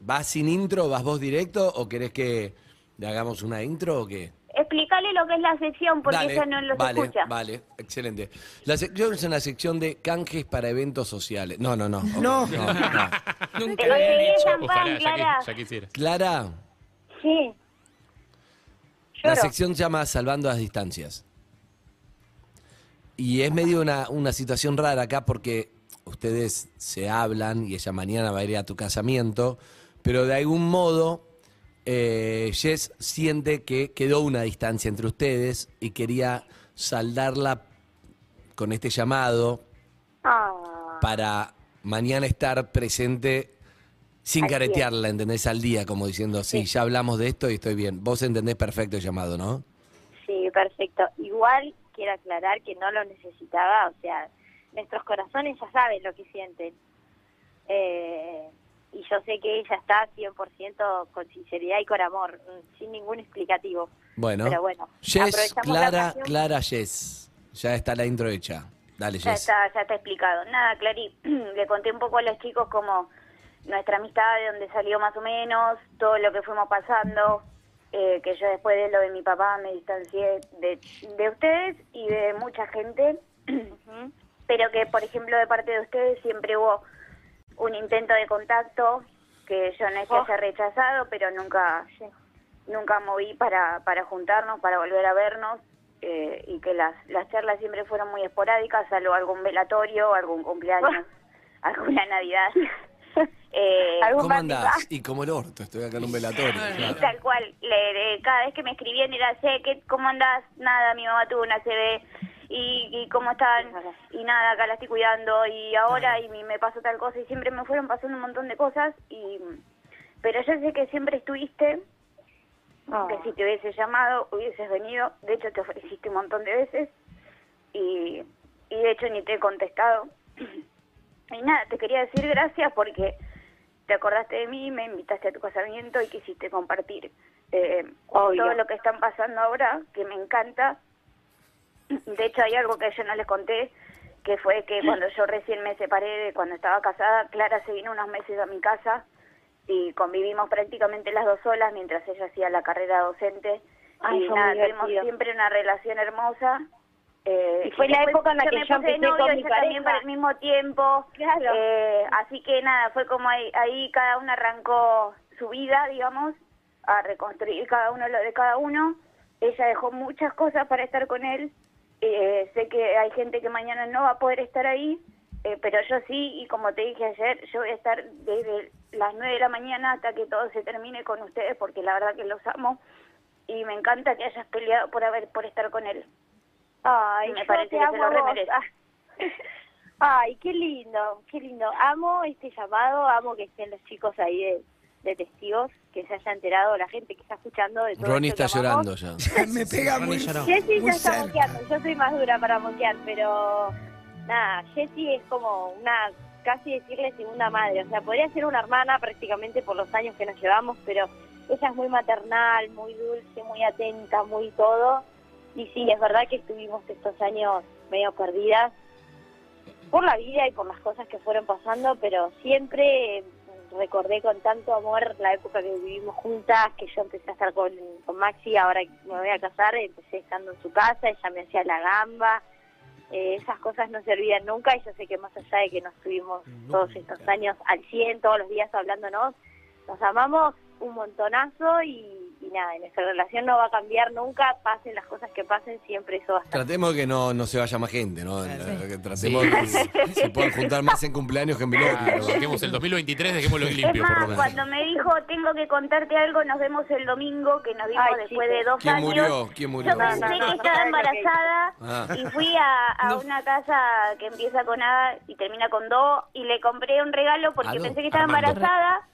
[SPEAKER 5] ¿Vas sin intro? ¿Vas vos directo? ¿O querés que le hagamos una intro o qué?
[SPEAKER 1] Explícale lo que es la sección, porque
[SPEAKER 5] Dale,
[SPEAKER 1] ella no los
[SPEAKER 5] vale,
[SPEAKER 1] escucha.
[SPEAKER 5] Vale, excelente. La sección es una sección de canjes para eventos sociales. No, no, no. ok,
[SPEAKER 6] No.
[SPEAKER 1] Te conseguí el champán,
[SPEAKER 4] Ojalá, ya,
[SPEAKER 1] Clara.
[SPEAKER 4] que- ya quisieras.
[SPEAKER 5] Clara,
[SPEAKER 7] Sí.
[SPEAKER 5] la
[SPEAKER 7] Lloro.
[SPEAKER 5] sección se llama Salvando las Distancias. Y es medio una, una situación rara acá porque ustedes se hablan y ella mañana va a ir a tu casamiento, pero de algún modo eh, Jess siente que quedó una distancia entre ustedes y quería saldarla con este llamado
[SPEAKER 7] Ah,
[SPEAKER 5] para mañana estar presente sin
[SPEAKER 7] Así es.
[SPEAKER 5] caretearla, ¿entendés? Al día, como diciendo, sí, ya hablamos de esto y estoy bien. Vos entendés perfecto el llamado, ¿no?
[SPEAKER 7] sí, perfecto. Igual quiero aclarar que no lo necesitaba, o sea, nuestros corazones ya saben lo que sienten. Eh, y yo sé que ella está 100% con sinceridad y con amor, mm, sin ningún explicativo.
[SPEAKER 5] Bueno.
[SPEAKER 7] Pero bueno,
[SPEAKER 5] Jess,
[SPEAKER 7] aprovechamos la
[SPEAKER 5] Clara,
[SPEAKER 7] ocasión.
[SPEAKER 5] Clara, Jess. Ya está la intro hecha. Dale,
[SPEAKER 1] Ya
[SPEAKER 5] Jess.
[SPEAKER 1] está, ya está explicado. Nada, Clary, le conté un poco a los chicos como nuestra amistad, de dónde salió más o menos, todo lo que fuimos pasando, eh, que yo después de lo de mi papá me distancié de, de ustedes y de mucha gente, pero que, por ejemplo, de parte de ustedes siempre hubo un intento de contacto, que yo no es que haya rechazado, pero nunca nunca moví para, para juntarnos, para volver a vernos, eh, y que las, las charlas siempre fueron muy esporádicas, salvo algún velatorio, algún cumpleaños, alguna Navidad. Eh,
[SPEAKER 7] Algún
[SPEAKER 5] ¿Cómo andás? Y como el orto, estoy acá en un velatorio.
[SPEAKER 1] Tal cual, le- le- cada vez que me escribían era, sé, ¿qué, ¿cómo andás? Nada, mi mamá tuvo una CB, y, y cómo están, y nada, acá la estoy cuidando, y ahora, y mi- me pasó tal cosa, y siempre me fueron pasando un montón de cosas, y pero yo sé que siempre estuviste,
[SPEAKER 7] Ah.
[SPEAKER 1] que si te hubiese llamado, hubieses venido, de hecho te ofreciste un montón de veces, y, y de hecho ni te he contestado. Y nada, te quería decir gracias porque te acordaste de mí, me invitaste a tu casamiento y quisiste compartir eh,
[SPEAKER 7] Obvio.
[SPEAKER 1] todo lo que están pasando ahora, que me encanta. De hecho, hay algo que yo no les conté, que fue que cuando yo recién me separé de cuando estaba casada, Clara se vino unos meses a mi casa y convivimos prácticamente las dos solas mientras ella hacía la carrera docente.
[SPEAKER 7] Ay,
[SPEAKER 1] y
[SPEAKER 7] fue muy
[SPEAKER 1] nada, tuvimos
[SPEAKER 7] divertido.
[SPEAKER 1] siempre una relación hermosa. eh,
[SPEAKER 7] Y fue la
[SPEAKER 1] después
[SPEAKER 7] época en la que
[SPEAKER 1] me
[SPEAKER 7] yo
[SPEAKER 1] puse de
[SPEAKER 7] empecé con
[SPEAKER 1] novio,
[SPEAKER 7] mi
[SPEAKER 1] ella también
[SPEAKER 7] pareja.
[SPEAKER 1] para el mismo tiempo.
[SPEAKER 7] Claro.
[SPEAKER 1] Eh, así que nada, fue como ahí, ahí cada uno arrancó su vida, digamos, a reconstruir cada uno lo de cada uno. Ella dejó muchas cosas para estar con él. Eh, sé que hay gente que mañana no va a poder estar ahí, eh, pero yo sí, y como te dije ayer, yo voy a estar desde las 9 de la mañana hasta que todo se termine con ustedes, porque la verdad que los amo y me encanta que hayas peleado por haber por estar con él.
[SPEAKER 7] Ay,
[SPEAKER 1] Me
[SPEAKER 7] yo
[SPEAKER 1] parece
[SPEAKER 7] te
[SPEAKER 1] que se
[SPEAKER 7] amo
[SPEAKER 1] lo
[SPEAKER 7] a vos.
[SPEAKER 1] remerece.
[SPEAKER 7] Ah. Ay, qué lindo, qué lindo. Amo este llamado, amo que estén los chicos ahí de, de testigos que se haya enterado la gente que está escuchando de todo
[SPEAKER 5] Ronnie
[SPEAKER 7] esto
[SPEAKER 5] está
[SPEAKER 7] que amamos.
[SPEAKER 5] llorando ya.
[SPEAKER 6] Me pega muy,
[SPEAKER 8] lloró.
[SPEAKER 7] Jessy
[SPEAKER 6] muy
[SPEAKER 7] ya está
[SPEAKER 6] cerca.
[SPEAKER 7] moqueando, yo soy más dura para moquear, pero nada, Jessy es como una, casi decirle segunda madre, o sea, podría ser una hermana prácticamente por los años que nos llevamos, pero ella es muy maternal, muy dulce, muy atenta, muy todo, y sí, es verdad que estuvimos estos años medio perdidas por la vida y por las cosas que fueron pasando, pero siempre recordé con tanto amor la época que vivimos juntas, que yo empecé a estar con, con Maxi, ahora que me voy a casar, empecé estando en su casa, ella me hacía la gamba, eh, esas cosas no se olvidan nunca y yo sé que más allá de que nos tuvimos todos estos años al 100, todos los días hablándonos, nos amamos un montonazo y, y nada, nuestra relación no va a cambiar nunca, pasen las cosas que pasen, siempre eso va a estar.
[SPEAKER 5] Tratemos de que no, no se vaya más gente, ¿no? Eh, Que Tratemos de que se puedan juntar más en cumpleaños que en
[SPEAKER 4] Claro,
[SPEAKER 5] velorios.
[SPEAKER 4] banquemos el 2023, dejémoslo
[SPEAKER 1] Es
[SPEAKER 4] limpio, por lo
[SPEAKER 1] más,
[SPEAKER 4] menos.
[SPEAKER 1] cuando me dijo, tengo que contarte algo, nos vemos el domingo, que nos vimos
[SPEAKER 7] Ay,
[SPEAKER 1] después
[SPEAKER 7] chicos.
[SPEAKER 1] de dos
[SPEAKER 5] ¿Quién
[SPEAKER 1] años.
[SPEAKER 5] murió? ¿Quién murió?
[SPEAKER 1] Yo pensé
[SPEAKER 7] No, no, no.
[SPEAKER 1] que estaba embarazada
[SPEAKER 5] Ah.
[SPEAKER 1] y fui a, a una casa que empieza con A y termina con Do y le compré un regalo porque
[SPEAKER 5] Aló,
[SPEAKER 1] pensé que estaba
[SPEAKER 5] Armando.
[SPEAKER 1] embarazada,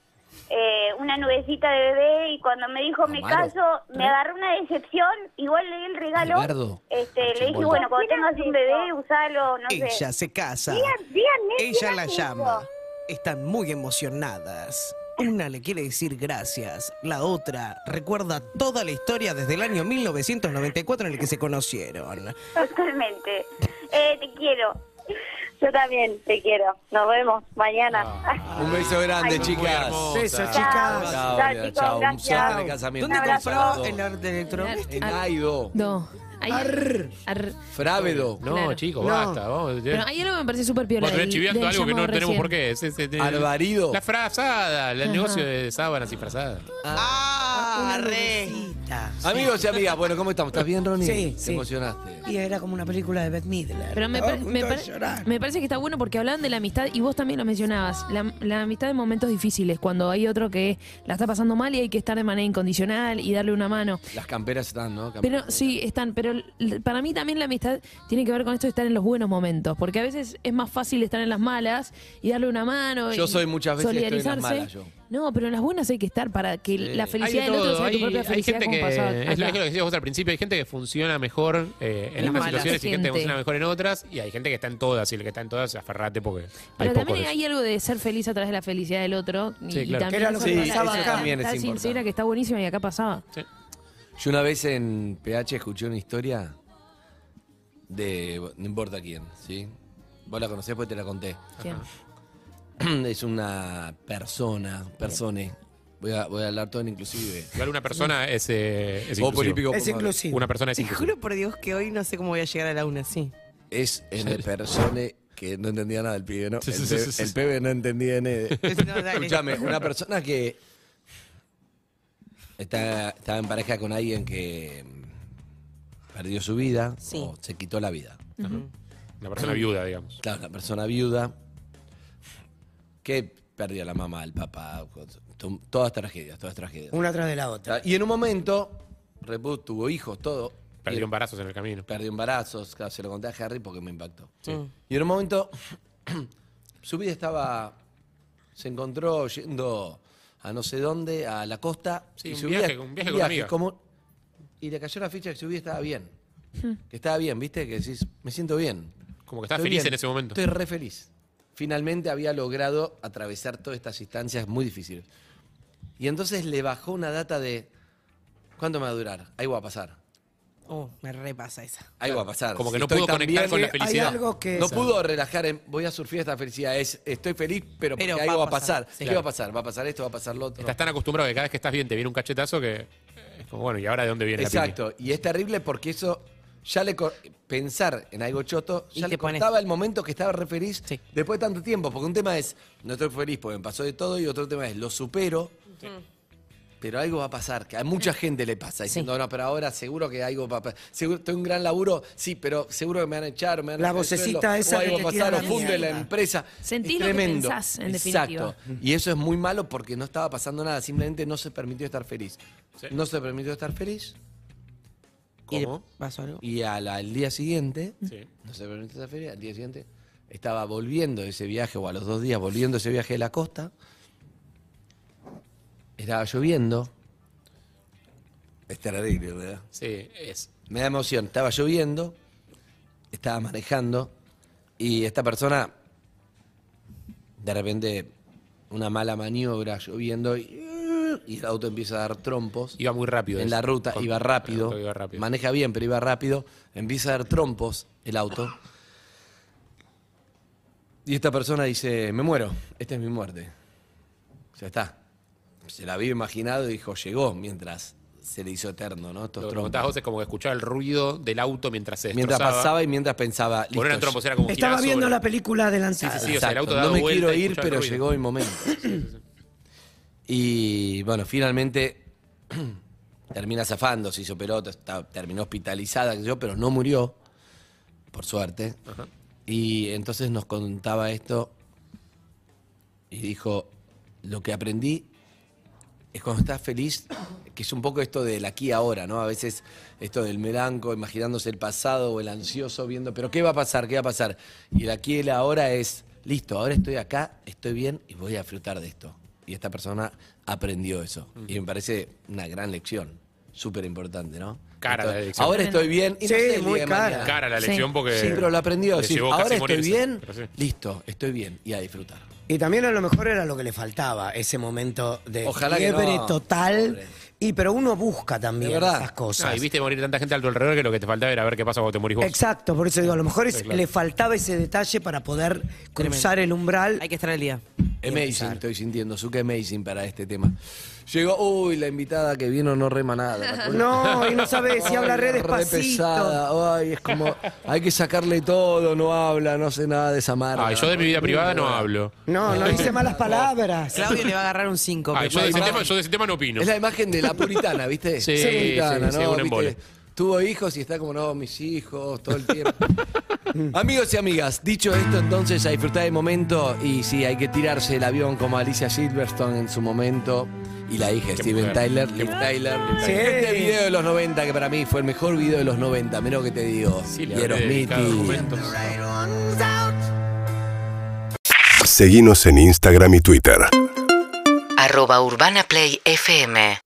[SPEAKER 1] eh, una nubecita de bebé y cuando me dijo me
[SPEAKER 5] Amaro.
[SPEAKER 1] caso, me agarró una decepción, igual le di el regalo.
[SPEAKER 5] Alberto.
[SPEAKER 1] Este, le dije,
[SPEAKER 5] Archimboldo.
[SPEAKER 1] bueno, cuando tengas un bebé, usalo, no sé.
[SPEAKER 2] Ella se casa.
[SPEAKER 1] Digan- díganme
[SPEAKER 2] Ella
[SPEAKER 1] quién
[SPEAKER 2] la
[SPEAKER 1] hace
[SPEAKER 2] llama.
[SPEAKER 1] eso.
[SPEAKER 2] Están muy emocionadas. Una le quiere decir gracias, la otra recuerda toda la historia desde el año 1994 en el que se conocieron.
[SPEAKER 1] Totalmente. Eh, te quiero.
[SPEAKER 7] Yo también te quiero, nos vemos mañana.
[SPEAKER 2] Ah.
[SPEAKER 5] Un beso grande, chicas.
[SPEAKER 6] Besos,
[SPEAKER 5] Chao,
[SPEAKER 6] chicas.
[SPEAKER 5] Chao,
[SPEAKER 7] Chao,
[SPEAKER 5] Lea,
[SPEAKER 7] chicos,
[SPEAKER 5] chao. Un
[SPEAKER 7] gracias.
[SPEAKER 5] suerte en el casamiento.
[SPEAKER 8] ¿Dónde
[SPEAKER 5] Un
[SPEAKER 8] compró
[SPEAKER 5] abrazo.
[SPEAKER 8] el arte electrodoméstico?
[SPEAKER 5] En Aido.
[SPEAKER 3] No. Hay, Ar.
[SPEAKER 5] Frábedo.
[SPEAKER 4] No,
[SPEAKER 3] Claro.
[SPEAKER 4] chicos,
[SPEAKER 3] No.
[SPEAKER 4] basta. Vamos, eh,
[SPEAKER 3] Pero hay algo que me parece súper piola.
[SPEAKER 4] Vos estuvés
[SPEAKER 3] del-
[SPEAKER 4] chiviando
[SPEAKER 3] del
[SPEAKER 4] algo que no
[SPEAKER 3] llamado
[SPEAKER 4] tenemos por
[SPEAKER 3] recién.
[SPEAKER 4] qué. Es, es- es-
[SPEAKER 5] Alvarido.
[SPEAKER 4] La frazada, el
[SPEAKER 3] Ajá.
[SPEAKER 4] negocio de sábanas y frazadas.
[SPEAKER 7] Ah,
[SPEAKER 8] Ah, re.
[SPEAKER 5] Amigos y amigas, bueno, ¿cómo estamos? ¿Estás bien, Ronnie?
[SPEAKER 6] Sí,
[SPEAKER 5] Te
[SPEAKER 6] sí.
[SPEAKER 5] emocionaste.
[SPEAKER 6] Y era como una película de Beth Midler.
[SPEAKER 3] Pero me,
[SPEAKER 4] Ah,
[SPEAKER 6] Estaba a
[SPEAKER 3] par-
[SPEAKER 6] punto
[SPEAKER 3] me
[SPEAKER 6] de
[SPEAKER 3] par-
[SPEAKER 6] llorar.
[SPEAKER 3] me parece que está bueno porque hablaban de la amistad y vos también lo mencionabas. La, la amistad en momentos difíciles, cuando hay otro que la está pasando mal y hay que estar de manera incondicional y darle una mano.
[SPEAKER 5] Las camperas están, ¿no?
[SPEAKER 3] Pero
[SPEAKER 5] Camperas.
[SPEAKER 3] sí, están, pero l- para mí también la amistad tiene que ver con esto de estar en los buenos momentos, porque a veces es más fácil estar en las malas y darle una mano.
[SPEAKER 5] Yo
[SPEAKER 3] y
[SPEAKER 5] soy muchas veces estoy en las
[SPEAKER 3] solidarizarse.
[SPEAKER 5] malas, yo.
[SPEAKER 3] No, pero en las buenas hay que estar para que la felicidad
[SPEAKER 4] Hay
[SPEAKER 3] del
[SPEAKER 4] de
[SPEAKER 3] otro sea
[SPEAKER 4] hay,
[SPEAKER 3] tu propia
[SPEAKER 4] hay
[SPEAKER 3] felicidad.
[SPEAKER 4] gente
[SPEAKER 3] como
[SPEAKER 4] que,
[SPEAKER 3] pasó acá.
[SPEAKER 4] es lo que decías vos al principio, hay gente que funciona mejor eh, en
[SPEAKER 3] En
[SPEAKER 4] unas
[SPEAKER 3] malas.
[SPEAKER 4] situaciones y gente que
[SPEAKER 3] Gente.
[SPEAKER 4] funciona mejor en otras, y hay gente que está en todas, y el que está en todas, aferrate porque hay
[SPEAKER 3] Pero
[SPEAKER 4] pocos.
[SPEAKER 3] también hay algo de ser feliz a través de la felicidad del otro. Y,
[SPEAKER 4] Sí,
[SPEAKER 3] y
[SPEAKER 4] claro.
[SPEAKER 3] también
[SPEAKER 6] Era lo
[SPEAKER 3] esa
[SPEAKER 6] que
[SPEAKER 3] parte
[SPEAKER 6] pasaba
[SPEAKER 3] de la
[SPEAKER 6] acá.
[SPEAKER 5] También es
[SPEAKER 3] amistad
[SPEAKER 5] importante.
[SPEAKER 3] sincera que está buenísima y acá pasaba.
[SPEAKER 4] Sí.
[SPEAKER 5] Yo una vez en PH escuché una historia de. No importa quién, ¿sí? Vos la conocés porque te la conté.
[SPEAKER 3] Bien.
[SPEAKER 5] Es una persona, persone. Voy a, voy a hablar todo en inclusive.
[SPEAKER 4] Igual una persona es, eh, es
[SPEAKER 5] O
[SPEAKER 4] inclusivo.
[SPEAKER 5] político,
[SPEAKER 6] Es
[SPEAKER 5] como-
[SPEAKER 6] inclusivo.
[SPEAKER 4] Una persona es
[SPEAKER 8] Te
[SPEAKER 4] inclusivo.
[SPEAKER 8] juro por Dios que hoy no sé cómo voy a llegar a la una, sí.
[SPEAKER 5] Es en persone que no entendía nada del pibe, ¿no?
[SPEAKER 4] Sí, sí,
[SPEAKER 5] el,
[SPEAKER 4] sí,
[SPEAKER 5] pe-
[SPEAKER 4] sí, sí.
[SPEAKER 5] el pibe no entendía nada.
[SPEAKER 8] No, dale.
[SPEAKER 5] Escúchame, una persona que está, estaba en pareja con alguien que mm, perdió su vida
[SPEAKER 8] Sí.
[SPEAKER 5] o se quitó la vida.
[SPEAKER 4] Una persona viuda, digamos.
[SPEAKER 5] Claro, una persona viuda que perdió a la mamá, al papá, to- todas tragedias, todas tragedias. Ah,
[SPEAKER 6] Una tras de la otra.
[SPEAKER 5] Y en un momento, Repu tuvo hijos, todo.
[SPEAKER 4] Perdió
[SPEAKER 5] Y-
[SPEAKER 4] embarazos en el camino.
[SPEAKER 5] Perdió embarazos, claro, se lo conté a Harry porque me impactó.
[SPEAKER 4] Mm.
[SPEAKER 5] Y en un momento, su vida estaba. Se encontró yendo a no sé dónde, a la costa.
[SPEAKER 4] Sí,
[SPEAKER 5] y
[SPEAKER 4] un
[SPEAKER 5] su
[SPEAKER 4] viaje, un viaje con una amiga.
[SPEAKER 5] común. y le cayó la ficha que su vida estaba bien. Que estaba bien, ¿viste? Que decís, me siento bien.
[SPEAKER 4] Como que estás
[SPEAKER 5] Estoy
[SPEAKER 4] feliz
[SPEAKER 5] bien,
[SPEAKER 4] en ese momento.
[SPEAKER 5] Estoy re feliz. Finalmente había logrado atravesar todas estas instancias muy difíciles. Y entonces le bajó una data de. ¿Cuánto me va a durar? Ahí va a pasar.
[SPEAKER 8] Oh, me repasa esa.
[SPEAKER 5] Algo va a pasar.
[SPEAKER 4] Como que
[SPEAKER 5] Si
[SPEAKER 4] no
[SPEAKER 5] estoy
[SPEAKER 4] pudo
[SPEAKER 5] tan
[SPEAKER 4] conectar
[SPEAKER 5] bien,
[SPEAKER 4] con la
[SPEAKER 5] hay
[SPEAKER 4] felicidad.
[SPEAKER 6] algo que-
[SPEAKER 5] No pudo relajar en voy a surfear esta felicidad. Es estoy feliz, pero porque
[SPEAKER 8] Pero
[SPEAKER 5] algo va a pasar.
[SPEAKER 8] sí.
[SPEAKER 5] ¿Qué
[SPEAKER 8] Claro.
[SPEAKER 5] va a pasar? ¿Va a pasar esto? ¿Va a pasar lo otro?
[SPEAKER 4] Estás tan acostumbrado que cada vez que estás bien te viene un cachetazo que eh, es como, bueno, ¿y ahora de dónde viene la
[SPEAKER 5] Exacto. Y es terrible porque eso ya le co- pensar en algo choto
[SPEAKER 8] Y
[SPEAKER 5] ya
[SPEAKER 8] te
[SPEAKER 5] le
[SPEAKER 8] pones-
[SPEAKER 5] cortaba el momento que estaba re feliz
[SPEAKER 8] Sí.
[SPEAKER 5] después de tanto tiempo. Porque un tema es no estoy feliz porque me pasó de todo y otro tema es lo supero. Pero algo va a pasar, que a mucha gente le pasa, diciendo, no, pero ahora seguro que algo va a pasar. Seguro, estoy en un gran laburo, sí, pero seguro que me van a echar, o me van a
[SPEAKER 6] La
[SPEAKER 5] sacar el
[SPEAKER 6] vocecita
[SPEAKER 5] sueldo,
[SPEAKER 6] esa
[SPEAKER 5] o
[SPEAKER 6] que
[SPEAKER 5] algo
[SPEAKER 6] te
[SPEAKER 5] va a
[SPEAKER 6] tira
[SPEAKER 5] pasar,
[SPEAKER 6] la
[SPEAKER 5] o funde la
[SPEAKER 6] mierda.
[SPEAKER 5] empresa.
[SPEAKER 3] Sentís
[SPEAKER 5] es
[SPEAKER 3] lo que
[SPEAKER 5] tremendo.
[SPEAKER 3] pensás, en
[SPEAKER 5] Exacto.
[SPEAKER 3] definitiva.
[SPEAKER 5] Y eso es muy malo porque no estaba pasando nada, simplemente no se permitió estar feliz. No se permitió estar feliz
[SPEAKER 8] ¿Y le
[SPEAKER 4] ¿Cómo?
[SPEAKER 8] pasó algo?
[SPEAKER 5] y al, al día siguiente,
[SPEAKER 4] Sí.
[SPEAKER 5] no se permitió esa feria, al día siguiente estaba volviendo de ese viaje, o a los dos días volviendo de ese viaje de la costa, Estaba lloviendo. Es terrible, ¿verdad?
[SPEAKER 4] Sí, es.
[SPEAKER 5] Me da emoción. Estaba lloviendo, estaba manejando y esta persona, de repente, una mala maniobra lloviendo y, y el auto empieza a dar trompos.
[SPEAKER 4] Iba muy rápido.
[SPEAKER 5] En
[SPEAKER 4] es.
[SPEAKER 5] la ruta
[SPEAKER 4] Con-
[SPEAKER 5] iba
[SPEAKER 4] el
[SPEAKER 5] rápido,
[SPEAKER 4] auto iba rápido.
[SPEAKER 5] Maneja bien, pero iba rápido. Empieza a dar trompos el auto. Y esta persona dice, me muero, esta es mi muerte. Ya está. Se la había imaginado y dijo, llegó, mientras se le hizo eterno, ¿no? Estos
[SPEAKER 4] Lo que
[SPEAKER 5] trompos.
[SPEAKER 4] contás vos es como que escuchaba el ruido del auto mientras se
[SPEAKER 5] Mientras
[SPEAKER 4] destrozaba.
[SPEAKER 5] pasaba y mientras pensaba.
[SPEAKER 4] Por una
[SPEAKER 5] listo,
[SPEAKER 4] trompo, era como un
[SPEAKER 6] Estaba
[SPEAKER 4] girazo,
[SPEAKER 6] viendo
[SPEAKER 4] era-
[SPEAKER 6] la película adelantada.
[SPEAKER 4] Sí, o sea, el
[SPEAKER 5] Exacto,
[SPEAKER 4] auto daba
[SPEAKER 5] No me
[SPEAKER 4] vuelta
[SPEAKER 5] quiero
[SPEAKER 4] y
[SPEAKER 5] ir,
[SPEAKER 4] escuchaba el
[SPEAKER 5] pero
[SPEAKER 4] ruido.
[SPEAKER 5] llegó el momento. Y bueno, finalmente termina zafando, se hizo pelota, está- terminó hospitalizada, qué sé yo, pero no murió, por suerte. Y entonces nos contaba esto y dijo, lo que aprendí es cuando estás feliz, que es un poco esto del aquí y ahora, ¿no? A veces esto del melanco, imaginándose el pasado o el ansioso viendo, pero ¿qué va a pasar? ¿Qué va a pasar? Y el aquí y el ahora es, listo, ahora estoy acá, estoy bien y voy a disfrutar de esto. Y esta persona aprendió eso. Y me parece una gran lección, súper importante, ¿no?
[SPEAKER 4] Cara
[SPEAKER 5] Esto-
[SPEAKER 4] la lección.
[SPEAKER 5] Ahora estoy bien y no
[SPEAKER 6] Sí,
[SPEAKER 5] sé el día
[SPEAKER 6] muy
[SPEAKER 5] de
[SPEAKER 6] cara.
[SPEAKER 5] mañana.
[SPEAKER 4] cara la
[SPEAKER 3] Sí.
[SPEAKER 4] lección porque.
[SPEAKER 5] Sí, pero lo aprendió.
[SPEAKER 4] le
[SPEAKER 5] decir,
[SPEAKER 4] llegó casi
[SPEAKER 5] ahora
[SPEAKER 4] a
[SPEAKER 5] estoy
[SPEAKER 4] morirse,
[SPEAKER 5] bien,
[SPEAKER 4] pero sí.
[SPEAKER 5] listo, estoy bien y a disfrutar.
[SPEAKER 6] Y también a lo mejor era lo que le faltaba, ese momento de
[SPEAKER 5] Ojalá que
[SPEAKER 6] fiebre
[SPEAKER 5] no,
[SPEAKER 6] total.
[SPEAKER 5] pobre.
[SPEAKER 6] Y pero uno busca también
[SPEAKER 5] De verdad.
[SPEAKER 6] esas cosas.
[SPEAKER 4] Ah, y viste morir tanta gente a tu alrededor que lo que te faltaba era ver qué pasa cuando te morís vos.
[SPEAKER 6] Exacto, por eso digo, a lo mejor es-
[SPEAKER 4] claro.
[SPEAKER 6] le faltaba ese detalle para poder cruzar el umbral.
[SPEAKER 2] Hay que estar al día.
[SPEAKER 5] Amazing, estoy sintiendo, Zuka amazing para este tema. Llegó, uy, la invitada que vino no rema nada.
[SPEAKER 6] No, y no sabe si habla re
[SPEAKER 5] Ay,
[SPEAKER 6] despacito.
[SPEAKER 5] pesada, ay, es como, hay que sacarle todo, no habla, no hace nada de esa marca.
[SPEAKER 4] Ay, yo de mi vida privada no hablo.
[SPEAKER 6] No, no dice malas palabras.
[SPEAKER 2] Claudio le va a agarrar un 5.
[SPEAKER 4] Ay, yo, de ese tema, yo de ese tema no opino.
[SPEAKER 5] Es la imagen de la puritana, ¿viste?
[SPEAKER 4] Sí,
[SPEAKER 5] La
[SPEAKER 4] sí, sí, un embole.
[SPEAKER 5] Tuvo hijos y está como, no, mis hijos, todo el tiempo. Amigos y amigas, dicho esto, entonces a disfrutar del momento y sí, hay que tirarse el avión como Alicia Silverstone en su momento y la hija de
[SPEAKER 4] Qué
[SPEAKER 5] Steven
[SPEAKER 4] mujer.
[SPEAKER 5] Tyler, Liv Tyler.
[SPEAKER 6] Sí.
[SPEAKER 5] Este video de los 90, que para mí fue el mejor video de los 90, mira lo que te digo.
[SPEAKER 4] Sí, le
[SPEAKER 5] y
[SPEAKER 4] habré
[SPEAKER 5] Aerosmith
[SPEAKER 4] dedicado
[SPEAKER 5] y-
[SPEAKER 4] documentos.
[SPEAKER 9] Seguinos en Instagram y Twitter.
[SPEAKER 10] arroba Urbana Play FM